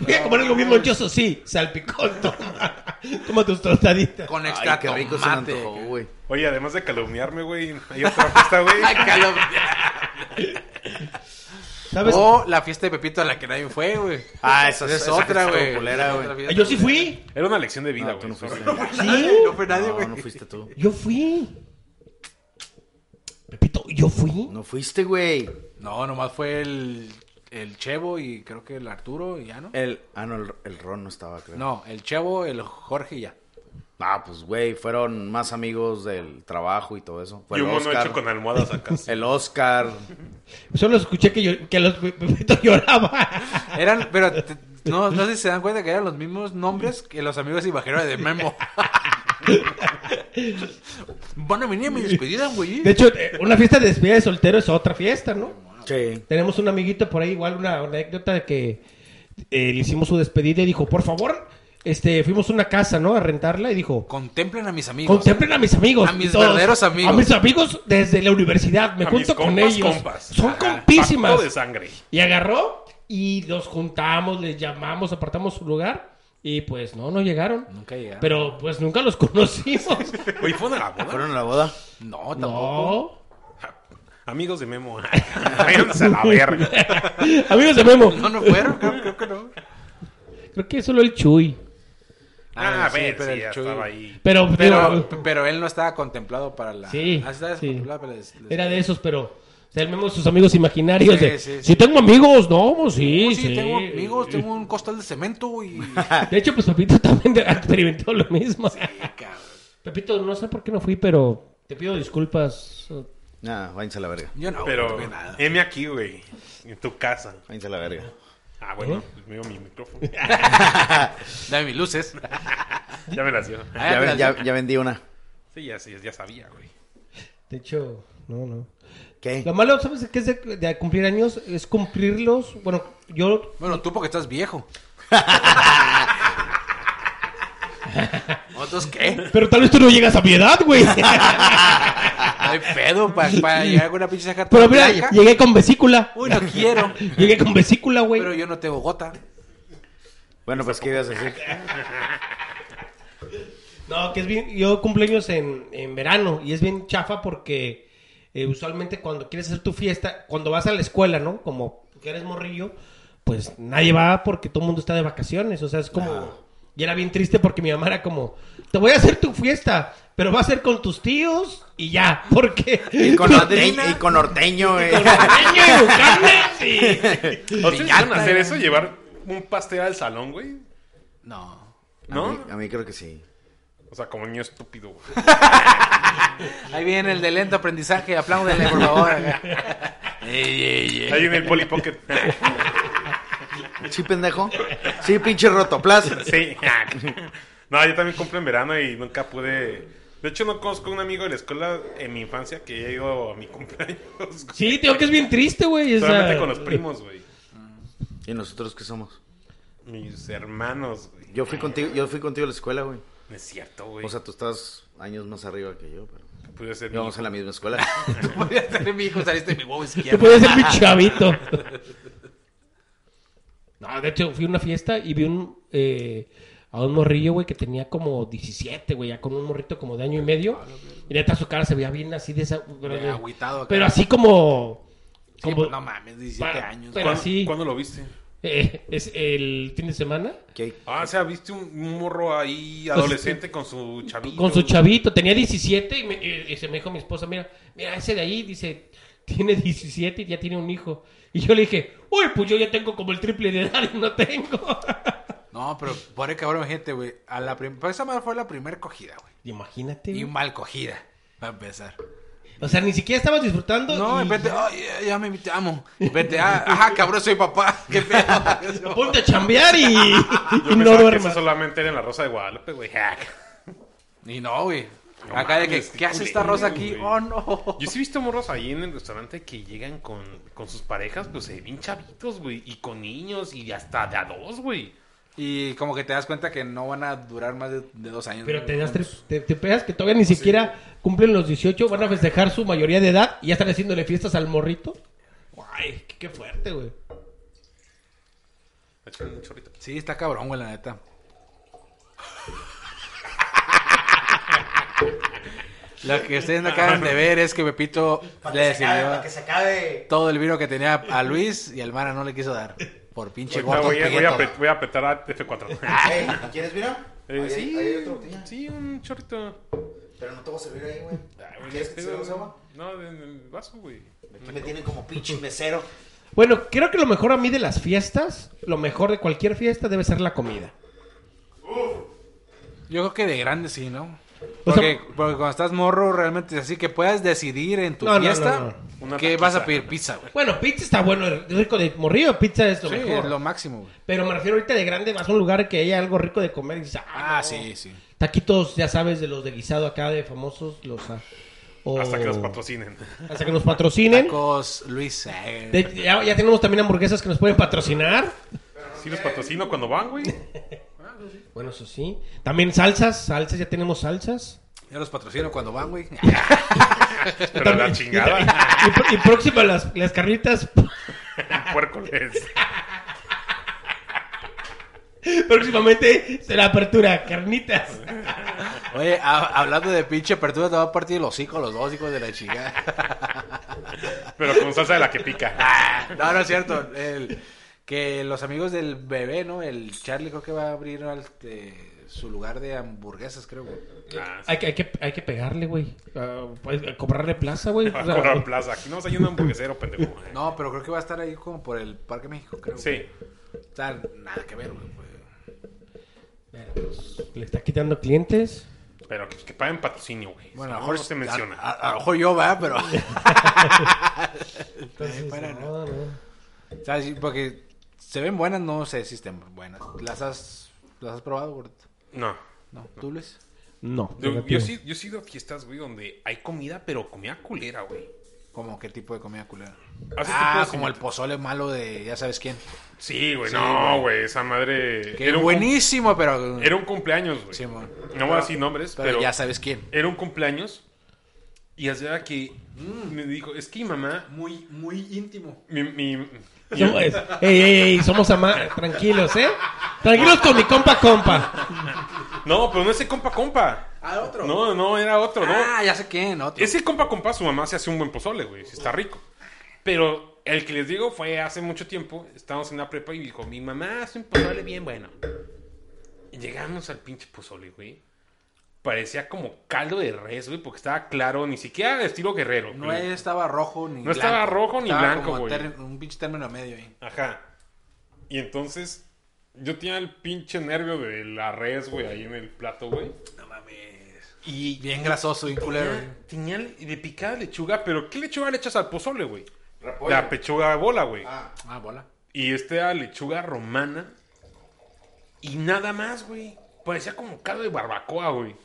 Speaker 3: Voy a comer algo bien monchoso, sí, salpicón, toma. Toma tus tostaditas.
Speaker 4: Con
Speaker 2: Ay,
Speaker 4: extra
Speaker 2: qué rico se me
Speaker 4: tomate.
Speaker 2: antojó, güey.
Speaker 1: Oye, además de calumniarme, güey, hay otra fiesta, güey.
Speaker 4: Ay, calor.
Speaker 3: ¿Sabes?
Speaker 4: O la fiesta de Pepito a la que nadie fue, güey.
Speaker 2: Ah, esa
Speaker 4: Esa es
Speaker 2: esa
Speaker 4: otra,
Speaker 2: estuvo
Speaker 4: güey.
Speaker 2: culera, güey.
Speaker 4: Otra
Speaker 3: Ah,
Speaker 4: fiesta.
Speaker 3: Yo sí fui.
Speaker 1: Era una lección de vida,
Speaker 2: No, tú
Speaker 1: güey.
Speaker 2: no fuiste.
Speaker 3: Sí.
Speaker 4: No fue nadie,
Speaker 2: No,
Speaker 4: güey.
Speaker 2: no fuiste tú.
Speaker 3: Yo fui. Pepito, yo fui.
Speaker 2: No fuiste, güey.
Speaker 4: No, nomás fue el, el Chevo y creo que el Arturo y ya, ¿no?
Speaker 2: El, ah, no, el, el Ron no estaba, creo.
Speaker 4: No, el Chevo, el Jorge y ya.
Speaker 2: Ah, pues, güey, fueron más amigos del trabajo y todo eso. Fue
Speaker 1: y
Speaker 2: el
Speaker 1: un mono
Speaker 2: Oscar.
Speaker 1: hecho con almohadas acá.
Speaker 2: El Oscar.
Speaker 3: Solo escuché que, yo, que los Pepito lloraba.
Speaker 4: Eran, pero te- no, no sé si se dan cuenta que eran los mismos nombres que los amigos y bajeros de Memo. Van a venir a mi despedida, güey.
Speaker 3: De hecho, eh, una fiesta de despedida de soltero es otra fiesta, ¿no?
Speaker 2: Sí.
Speaker 3: Tenemos un amiguito por ahí, igual una, una anécdota de que eh, le hicimos su despedida y dijo, por favor, este, fuimos a una casa, ¿no? A rentarla y dijo,
Speaker 4: Contemplen a mis amigos.
Speaker 3: Contemplen a mis amigos.
Speaker 4: A mis
Speaker 3: Y todos.
Speaker 4: verdaderos amigos.
Speaker 3: A mis amigos desde la universidad. Me
Speaker 1: A mis
Speaker 3: junto con
Speaker 1: compas,
Speaker 3: ellos.
Speaker 1: compas.
Speaker 3: Son
Speaker 1: Ajá.
Speaker 3: compísimas.
Speaker 1: Pacto de sangre.
Speaker 3: Y agarró y los juntamos, les llamamos, apartamos su lugar. Y pues no, no llegaron.
Speaker 4: Nunca llegaron.
Speaker 3: Pero pues nunca los conocimos.
Speaker 1: Güey, ¿fue una la boda?
Speaker 2: Ah, Fueron a la boda.
Speaker 4: No, tampoco.
Speaker 3: no.
Speaker 1: Amigos de Memo. Váyanse a la verga.
Speaker 3: Amigos de Memo.
Speaker 4: No, no fueron, creo, creo que no.
Speaker 3: Creo que solo el Chuy.
Speaker 1: Ah, a
Speaker 4: sí,
Speaker 1: ver,
Speaker 4: pero
Speaker 1: sí,
Speaker 4: el
Speaker 1: ya
Speaker 4: Chuy-
Speaker 1: estaba ahí.
Speaker 3: Pero, pues,
Speaker 4: Pero,
Speaker 3: digo,
Speaker 4: pero él no estaba contemplado para la.
Speaker 3: Sí,
Speaker 4: Ah, estaba
Speaker 3: sí.
Speaker 4: contemplado para les- les-
Speaker 3: era de esos, pero. O sea, el Memo, sus amigos imaginarios.
Speaker 4: Sí,
Speaker 3: de,
Speaker 4: sí, sí.
Speaker 3: "Sí tengo amigos, no, pues, sí,
Speaker 4: Oh, sí,
Speaker 3: sí.
Speaker 4: tengo amigos, tengo un costal de cemento y.
Speaker 3: De hecho, pues Pepito también experimentó lo mismo.
Speaker 4: Cabrón.
Speaker 3: Pepito, no sé por qué no fui, pero te pido disculpas.
Speaker 2: Nada, váyanse a la verga.
Speaker 4: Yo no, no
Speaker 1: Pero,
Speaker 4: tuve nada.
Speaker 1: heme aquí, güey. En tu casa.
Speaker 2: Váyanse a la verga.
Speaker 1: Ah,
Speaker 3: ¿Eh?
Speaker 1: bueno, pues me dio mi micrófono.
Speaker 4: Dame mis luces.
Speaker 1: Ya me las dio.
Speaker 4: Ah,
Speaker 2: Ya,
Speaker 4: pero-
Speaker 2: ven- ya- ya vendí una.
Speaker 1: Sí, ya, sí, ya sabía, güey.
Speaker 3: De hecho, no, no.
Speaker 4: Eh.
Speaker 2: ¿Qué?
Speaker 3: Lo malo, ¿sabes qué es de, de cumplir años? Es cumplirlos. Bueno, yo.
Speaker 4: Bueno, tú porque estás viejo. ¿Otros qué?
Speaker 3: Pero tal vez tú no llegas a mi edad, güey.
Speaker 4: No hay pedo para llegar con una pinche saca
Speaker 3: Pero
Speaker 4: toda
Speaker 3: mira,
Speaker 4: blanca.
Speaker 3: llegué con vesícula.
Speaker 4: Uy, no quiero.
Speaker 3: Llegué con vesícula, güey.
Speaker 4: Pero yo no tengo gota.
Speaker 2: Bueno, pues, ¿qué ibas a decir?
Speaker 3: No, que es bien. Yo cumpleaños en, en verano y es bien chafa porque eh, usualmente cuando quieres hacer tu fiesta, cuando vas a la escuela, ¿no? Como que eres morrillo, pues nadie va porque todo el mundo está de vacaciones. O sea, es como. Y era bien triste porque mi mamá era como: Te voy a hacer tu fiesta, pero va a ser con tus tíos y ya. Porque.
Speaker 2: Y con,
Speaker 3: los
Speaker 2: norteño, y con norteño, güey.
Speaker 3: norteños y bucanes y-
Speaker 1: ¿O ¿Ustedes van a hacer eso? ¿Llevar un pastel al salón, güey?
Speaker 4: No.
Speaker 2: A
Speaker 1: ¿No?
Speaker 2: mí, a mí creo que sí.
Speaker 1: O sea, como niño estúpido, güey.
Speaker 4: Ahí viene el de lento aprendizaje. Apláudele, por favor. Ey, ey, ey.
Speaker 1: Ahí en el Polly Pocket.
Speaker 2: ¿Sí, pendejo? Sí, pinche rotoplas.
Speaker 1: Sí. No, yo también cumplo en verano y nunca pude. De hecho, no conozco un amigo de la escuela en mi infancia que haya ido a mi cumpleaños. güey.
Speaker 3: Sí, tengo que es bien triste, güey. o sea-
Speaker 1: Solamente con los primos, güey.
Speaker 2: ¿Y nosotros qué somos?
Speaker 1: Mis hermanos, güey.
Speaker 2: Yo fui contigo, yo fui contigo a la escuela, güey.
Speaker 1: No es cierto, güey.
Speaker 2: O sea, tú estás años más arriba que yo, pero
Speaker 1: pude ser mi
Speaker 2: íbamos en la misma escuela.
Speaker 4: Tú podías tener mi hijo, saliste de mi huevo
Speaker 3: Tú
Speaker 4: izquierdo.
Speaker 3: puedes ser mi chavito. No, de hecho, fui a una fiesta y vi un, eh, a un morrillo, güey, que tenía como 17, güey, ya con un morrito como de año y medio.
Speaker 4: Ah,
Speaker 3: Y neta, su cara se veía bien así de esa. Pero,
Speaker 4: Eh, agüitado acá.
Speaker 3: pero así como.
Speaker 4: Sí,
Speaker 3: como
Speaker 4: pues, no mames, 17
Speaker 3: Para-
Speaker 4: años.
Speaker 3: pero-
Speaker 1: ¿Cuándo,
Speaker 3: así.
Speaker 1: cuándo lo viste?
Speaker 3: eh, es el fin de semana.
Speaker 2: ¿Qué?
Speaker 1: Ah, o sea, viste un un morro ahí adolescente con su chavito.
Speaker 3: Pues, Con su chavito, tenía 17 y, me- y- y se me dijo mi esposa, mira, mira, ese de ahí dice, tiene 17 y ya tiene un hijo. Y yo le dije, uy, pues yo ya tengo como el triple de edad y no tengo.
Speaker 4: No, pero pobre cabrón, gente, güey. A la prim- Esa madre fue la primera cogida, güey.
Speaker 3: Imagínate.
Speaker 4: Y
Speaker 3: güey.
Speaker 4: mal cogida, para empezar.
Speaker 3: O sea, ni siquiera estabas disfrutando.
Speaker 4: No,
Speaker 3: y
Speaker 4: en vez de,
Speaker 3: ya.
Speaker 4: "Ay, ya, ya me te amo. En vez de, ah, ajá, cabrón, soy papá. Qué pedo.
Speaker 3: Ponte a chambear y,
Speaker 1: Yo
Speaker 3: y no
Speaker 1: pensaba que
Speaker 3: duermas.
Speaker 1: eso solamente era en la Rosa de Guadalupe, güey.
Speaker 4: Y no, güey.
Speaker 1: No
Speaker 4: Acá de que,
Speaker 1: mames,
Speaker 4: ¿qué hace
Speaker 1: qué
Speaker 4: esta rosa aquí?
Speaker 1: culero,
Speaker 4: Oh,
Speaker 1: güey.
Speaker 4: no.
Speaker 1: Yo sí he visto morros ahí en el restaurante que llegan con, con sus parejas, pues se ven bien chavitos, güey. Y con niños y hasta de a dos, güey.
Speaker 4: Y como que te das cuenta que no van a durar más de, de dos años.
Speaker 3: Pero te
Speaker 4: güey.
Speaker 3: das tres, te, te pegas que todavía ni siquiera cumplen los 18, van a festejar su mayoría de edad y ya están haciéndole fiestas al morrito. Ay, qué, qué fuerte, güey.
Speaker 1: Échale un chorrito aquí.
Speaker 4: Sí, está cabrón, güey, la neta. Lo que ustedes no acaban de ver es que Pepito le sirvió
Speaker 2: se acabe.
Speaker 4: todo el vino que tenía a Luis y al Mara no le quiso dar. Por pinche
Speaker 1: Ahorita
Speaker 4: gordo.
Speaker 1: voy, a, voy, a,
Speaker 4: prieto.
Speaker 1: apet- voy a apretar a F4.
Speaker 2: Ey, ¿Quieres vino?
Speaker 1: Eh,
Speaker 2: Ahí hay-
Speaker 1: sí,
Speaker 2: ahí hay otra botella.
Speaker 1: sí, un chorrito.
Speaker 2: Pero no te voy a servir ahí, Ah, güey.
Speaker 1: Ay, güey,
Speaker 2: ¿Quieres
Speaker 1: qué
Speaker 2: que te
Speaker 1: pedo.
Speaker 2: sirvamos agua?
Speaker 1: No, en el vaso, güey.
Speaker 2: Aquí me tienen como pinche mesero.
Speaker 3: Bueno, creo que lo mejor a mí de las fiestas, lo mejor de cualquier fiesta debe ser la comida.
Speaker 4: Yo creo que de grande sí, ¿no?
Speaker 3: O sea-
Speaker 4: Porque, porque cuando estás morro, realmente es así que puedas decidir en tu
Speaker 3: No, no, no,
Speaker 4: fiesta
Speaker 1: no. Una
Speaker 4: que
Speaker 1: taquiza.
Speaker 4: vas a pedir pizza, güey.
Speaker 3: Bueno, pizza está bueno, el rico de morrillo, pizza es lo
Speaker 4: Sí,
Speaker 3: mejor.
Speaker 4: es lo máximo, güey.
Speaker 3: Pero me refiero ahorita de grande, vas a un lugar que haya algo rico de comer y dices, ah,
Speaker 4: Ah,
Speaker 3: no.
Speaker 4: sí, sí.
Speaker 3: Taquitos, ya sabes, de los de guisado acá de famosos, los... ah, o-
Speaker 1: Hasta que los patrocinen.
Speaker 3: Hasta que nos patrocinen.
Speaker 4: Tacos, Luis. eh.
Speaker 3: De- ya, ya tenemos también hamburguesas que nos pueden patrocinar.
Speaker 1: Sí los patrocino cuando van, güey.
Speaker 3: Bueno, eso sí. También salsas, salsas, ya tenemos salsas.
Speaker 4: Yo los patrocino cuando van, güey.
Speaker 1: Pero la
Speaker 3: También-
Speaker 1: chingada.
Speaker 3: Y, y pr- y próximo a las, las carnitas,
Speaker 1: Puércoles.
Speaker 3: próximamente será apertura, carnitas.
Speaker 4: Oye, ha- hablando de pinche apertura, te va a partir el hocico, los dos hijos de la chingada.
Speaker 1: Pero con salsa de la que pica.
Speaker 4: No, no es cierto. El- que los amigos del bebé, ¿no? El Charlie creo que va a abrir al- eh, su lugar de hamburguesas, creo, güey.
Speaker 1: Ah, sí.
Speaker 3: Hay que, hay que, hay que pegarle, güey. Ah, pues, a cobrarle plaza, güey.
Speaker 1: Va
Speaker 3: O
Speaker 1: a
Speaker 3: sea,
Speaker 1: cobrar plaza. Aquí no hay un hamburguesero, pendejo. güey.
Speaker 4: No, pero creo que va a estar ahí como por el Parque México, creo.
Speaker 1: Sí.
Speaker 4: O sea, nada que ver, güey. pues.
Speaker 3: pues, le está quitando clientes.
Speaker 1: Pero que, que paguen patrocinio, güey.
Speaker 4: Bueno, a
Speaker 1: no,
Speaker 4: lo mejor
Speaker 1: no se menciona.
Speaker 4: A, a- a lo mejor yo, va, pero.
Speaker 3: Entonces,
Speaker 4: Eh, para,
Speaker 3: no, no.
Speaker 4: O sea, sí, Porque se ven buenas, no sé si estén buenas. ¿Las has, las has probado, gordito?
Speaker 1: No.
Speaker 4: No, ¿tú, Luis?
Speaker 3: No,
Speaker 1: Yo, yo
Speaker 3: negativo.
Speaker 1: sí, yo sí he ido a fiestas, güey, donde hay comida, pero comida culera, güey.
Speaker 4: ¿Cómo qué tipo de comida culera?
Speaker 1: Hace
Speaker 4: Ah,
Speaker 1: tiempo
Speaker 4: como el
Speaker 1: sí-
Speaker 4: pozole malo de ya sabes quién.
Speaker 1: Sí, güey.
Speaker 4: Sí,
Speaker 1: no,
Speaker 4: güey.
Speaker 1: güey. Esa madre.
Speaker 4: Que
Speaker 1: era un cum-
Speaker 4: buenísimo, pero.
Speaker 1: Era un cumpleaños, güey.
Speaker 4: Sí, mon.
Speaker 1: no voy a decir nombres,
Speaker 4: pero, ya sabes quién.
Speaker 1: Era un cumpleaños. Y hacía que mm, me dijo, es que mi mamá.
Speaker 4: Muy, muy íntimo.
Speaker 1: Mi, mi-
Speaker 3: Somos- ey, ey, ey, somos ama- tranquilos, ¿eh? Tranquilos con mi compa, compa.
Speaker 1: No, pero no ese compa compa.
Speaker 4: Ah, otro.
Speaker 1: No, no, era otro, ¿no?
Speaker 4: Ah, ya sé quién, otro.
Speaker 1: Ese compa compa, su mamá se hace un buen pozole, güey. sí está rico. Pero el que les digo fue hace mucho tiempo. Estábamos en la prepa y dijo, mi mamá hace un pozole bien bueno. Y llegamos al pinche pozole, güey. Parecía como caldo de res, güey, porque estaba claro, ni siquiera de estilo guerrero.
Speaker 4: No
Speaker 1: güey.
Speaker 4: estaba rojo ni
Speaker 1: No
Speaker 4: blanco.
Speaker 1: estaba rojo ni
Speaker 4: Estaba
Speaker 1: blanco,
Speaker 4: como
Speaker 1: güey.
Speaker 4: ter- Un pinche término medio ahí.
Speaker 1: Ajá. Y entonces, yo tenía el pinche nervio de la res, güey, ahí en el plato, güey.
Speaker 4: No mames.
Speaker 1: Y
Speaker 4: Bien grasoso, bien culero. güey.
Speaker 1: tenía, tenía le picaba lechuga, pero ¿qué lechuga le echas al pozole, güey? La pechuga de bola, güey.
Speaker 4: Ah, bola.
Speaker 1: Y esta lechuga romana. Y nada más, güey. Parecía como caldo de barbacoa, güey.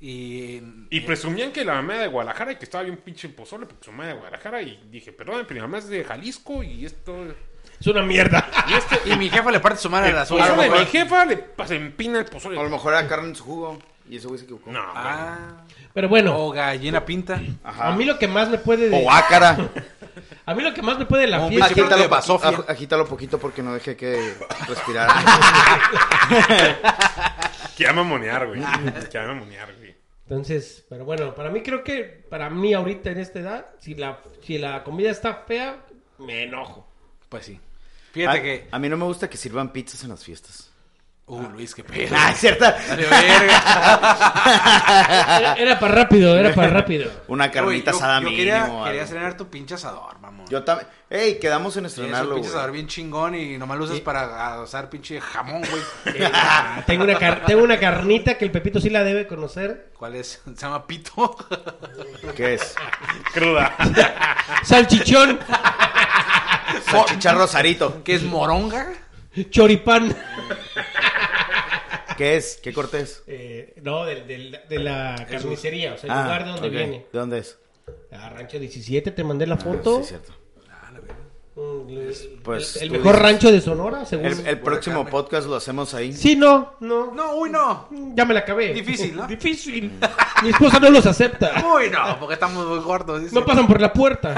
Speaker 4: Y,
Speaker 1: Y presumían que la mamá era de Guadalajara y que estaba bien pinche el pozole porque su mamá era de Guadalajara. Y dije, perdón, pero mi mamá es de Jalisco y esto.
Speaker 3: Es una mierda.
Speaker 1: Y este.
Speaker 4: ah, y mi jefa le parte su mano a
Speaker 1: El
Speaker 4: la suya.
Speaker 1: pozole Ah, de
Speaker 4: güey.
Speaker 1: mi jefa le pa- se empina el pozole.
Speaker 2: A lo mejor era carne en su jugo. Y ese güey se equivocó.
Speaker 1: No, güey.
Speaker 4: Ah.
Speaker 3: Pero bueno,
Speaker 4: O gallina pinta.
Speaker 3: a mí lo que más me puede de-
Speaker 2: O ácara.
Speaker 3: a mí lo que más me puede de la
Speaker 4: Un
Speaker 3: fiesta
Speaker 4: pinche
Speaker 2: Agítalo,
Speaker 4: de basofia.
Speaker 2: aj- agítalo poquito porque no dejé que respirara.
Speaker 1: Que ama monear, güey. que ama monear, güey.
Speaker 3: Entonces, pero bueno, para mí creo que, para mí ahorita en esta edad, si la, si la comida está fea, me enojo.
Speaker 4: Pues sí. Fíjate
Speaker 2: a,
Speaker 4: que.
Speaker 2: a mí no me gusta que sirvan pizzas en las fiestas.
Speaker 4: Uh, Luis, qué pedo.
Speaker 2: Ah, es cierta.
Speaker 4: Dale verga.
Speaker 3: Era, era para rápido, era para rápido.
Speaker 2: Una carnita
Speaker 4: Uy, yo-
Speaker 2: asada
Speaker 4: yo
Speaker 2: mínimo.
Speaker 4: quería,
Speaker 2: algo.
Speaker 4: quería estrenar tu pinche asador, mamón.
Speaker 2: Yo también. Ey, quedamos en
Speaker 4: Tienes un
Speaker 2: estrenarlo,
Speaker 4: pinche asador
Speaker 2: güey.
Speaker 4: bien chingón y nomás lo usas para asar pinche jamón, güey. Eh,
Speaker 3: Ah, tengo, una car- tengo una carnita que el Pepito sí la debe conocer.
Speaker 4: ¿Cuál es? Se llama Pito.
Speaker 2: ¿Qué es?
Speaker 1: Cruda.
Speaker 3: Salchichón,
Speaker 2: Salchicha rosarito.
Speaker 4: ¿Qué es moronga?
Speaker 3: choripán.
Speaker 2: ¿Qué es? ¿Qué corte es?
Speaker 3: Eh, no, del- del- de la carnicería, o sea, el
Speaker 2: Ah,
Speaker 3: lugar de donde
Speaker 2: ok.
Speaker 3: viene.
Speaker 2: ¿De dónde es? Ah,
Speaker 3: A Rancho 17, te mandé la
Speaker 2: Sí,
Speaker 3: foto.
Speaker 2: es cierto.
Speaker 3: Mm, el-
Speaker 2: Pues,
Speaker 3: el
Speaker 2: tú
Speaker 3: mejor
Speaker 2: dices.
Speaker 3: rancho de Sonora, según.
Speaker 2: El, el próximo podcast lo hacemos ahí.
Speaker 3: Sí, no, no. mm,
Speaker 4: No, uy, no.
Speaker 3: Ya me la acabé.
Speaker 4: Difícil, ¿no? Mm.
Speaker 3: Difícil. Mi esposa no los acepta.
Speaker 4: Uy, no, porque estamos muy gordos. dice.
Speaker 3: No pasan por la puerta.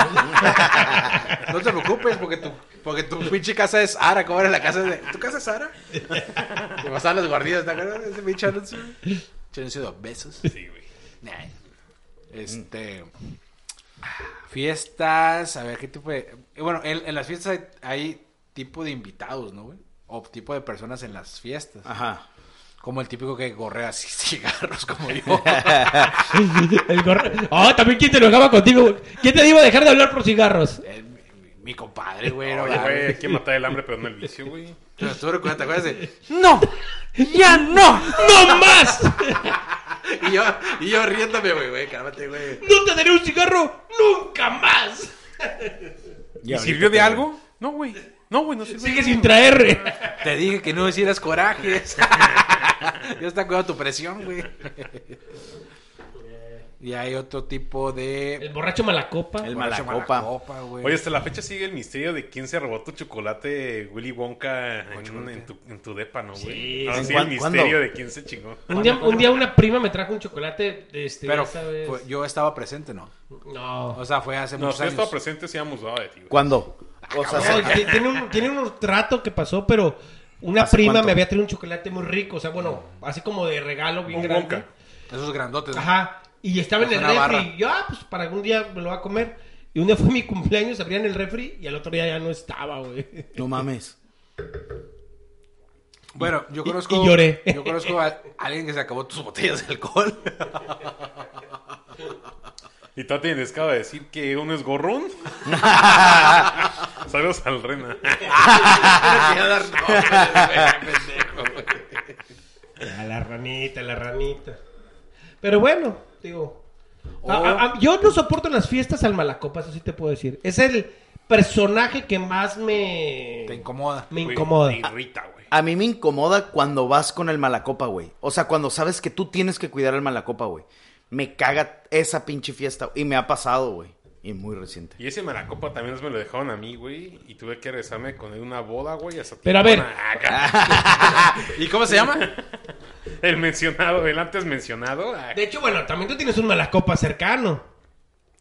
Speaker 4: No te preocupes, porque tu, porque tu pinche casa es Ara. ¿Cómo era la casa de.? ¿Tu casa es Ara? Te pasaban los guardias, ¿te acuerdas de ese pinche anuncio? Pinche anuncio de besos.
Speaker 1: Sí, güey.
Speaker 4: Nah. Este. Fiestas, a ver qué tipo de. eh, Bueno, en, en las fiestas hay, hay tipo de invitados, ¿no, güey? O tipo de personas en las fiestas.
Speaker 2: Ajá.
Speaker 4: Como el típico que gorrea así cigarros, como yo.
Speaker 3: El gorra- Ah, también quién te enojaba contigo. ¿Quién te iba a dejar de hablar por cigarros?
Speaker 4: Eh, mi, mi- mi compadre, güey. no
Speaker 1: Oye,
Speaker 4: mames.
Speaker 1: güey, hay que matar el hambre, pero no el vicio, güey.
Speaker 4: Pero tú recuerdas, ¿te acuerdas de?
Speaker 3: ¡No! ¡Ya no! ¡No más!
Speaker 4: Y yo, y yo riéndome, güey, güey, cálmate, güey.
Speaker 3: ¡No te daré un cigarro nunca más!
Speaker 1: ¿Y sirvió de algo? No, güey. No, güey, no sirvió.
Speaker 3: Sigue sin traer.
Speaker 4: Te dije que no hicieras corajes. Yo está cuidando tu presión, güey. Y hay otro tipo
Speaker 3: El
Speaker 4: de.
Speaker 3: borracho malacopa.
Speaker 2: El
Speaker 4: borracho
Speaker 2: malacopa.
Speaker 4: malacopa, güey.
Speaker 3: Pues,
Speaker 1: Oye, hasta la fecha sigue el misterio de quién se robó tu chocolate Willy Wonka en, en tu, en tu depa, ¿no, güey?
Speaker 3: Sí,
Speaker 1: Ahora
Speaker 2: sí.
Speaker 1: sigue el
Speaker 2: ¿Cuán-
Speaker 1: misterio
Speaker 2: cuándo?
Speaker 1: de quién se chingó.
Speaker 3: Un día, un día una prima me trajo un chocolate. Este,
Speaker 4: Pero
Speaker 3: esa vez.
Speaker 4: fue- yo estaba presente, ¿no?
Speaker 3: No.
Speaker 4: O sea, fue hace
Speaker 1: No,
Speaker 4: muchos
Speaker 1: si yo estaba
Speaker 4: años.
Speaker 1: presente, sí habíamos dado de ti, güey.
Speaker 2: ¿Cuándo? O sea,
Speaker 4: Ah,
Speaker 3: No,
Speaker 2: se-
Speaker 3: t- tiene, un, tiene un trato que pasó, pero una
Speaker 2: ¿Hace
Speaker 3: prima
Speaker 2: cuánto?
Speaker 3: me había traído un chocolate muy rico. O sea, bueno, así como de regalo bien
Speaker 1: Un
Speaker 3: grande.
Speaker 1: Wonka.
Speaker 4: Esos grandotes. ¿no?
Speaker 3: Ajá. Y estaba en
Speaker 4: Es
Speaker 3: el
Speaker 4: una barra.
Speaker 3: refri. Y yo, ah, pues para algún día me lo va a comer. Y un día fue mi cumpleaños, abrían el refri y al otro día ya no estaba, güey.
Speaker 2: No mames.
Speaker 4: Bueno, yo
Speaker 3: Y-
Speaker 4: conozco.
Speaker 3: y lloré.
Speaker 4: Yo conozco a alguien que se acabó tus botellas de alcohol.
Speaker 1: Y Tati les acaba de decir que uno es gorrón. Saludos al Rena.
Speaker 3: A la ranita, a la ranita. Pero bueno, digo. a- a- a- yo no soporto en las fiestas al Malacopa, eso sí te puedo decir. Es el personaje que más me.
Speaker 4: Te incomoda.
Speaker 3: Me
Speaker 1: Güey,
Speaker 3: incomoda.
Speaker 1: Me irrita, güey.
Speaker 2: A mí me incomoda cuando vas con el malacopa, güey. O sea, cuando sabes que tú tienes que cuidar al malacopa, güey. Me caga esa pinche fiesta. Y me ha pasado, güey. Y muy reciente.
Speaker 1: Y ese maracopa también me lo dejaron a mí, güey. Y tuve que regresarme con él a una boda, güey. hasta
Speaker 3: Pero a ver.
Speaker 1: Tijuana. Ah, cabrón.
Speaker 4: ¿Y cómo se llama?
Speaker 1: El mencionado, el antes mencionado. ah,
Speaker 3: De hecho, bueno, también tú tienes un Malacopa cercano.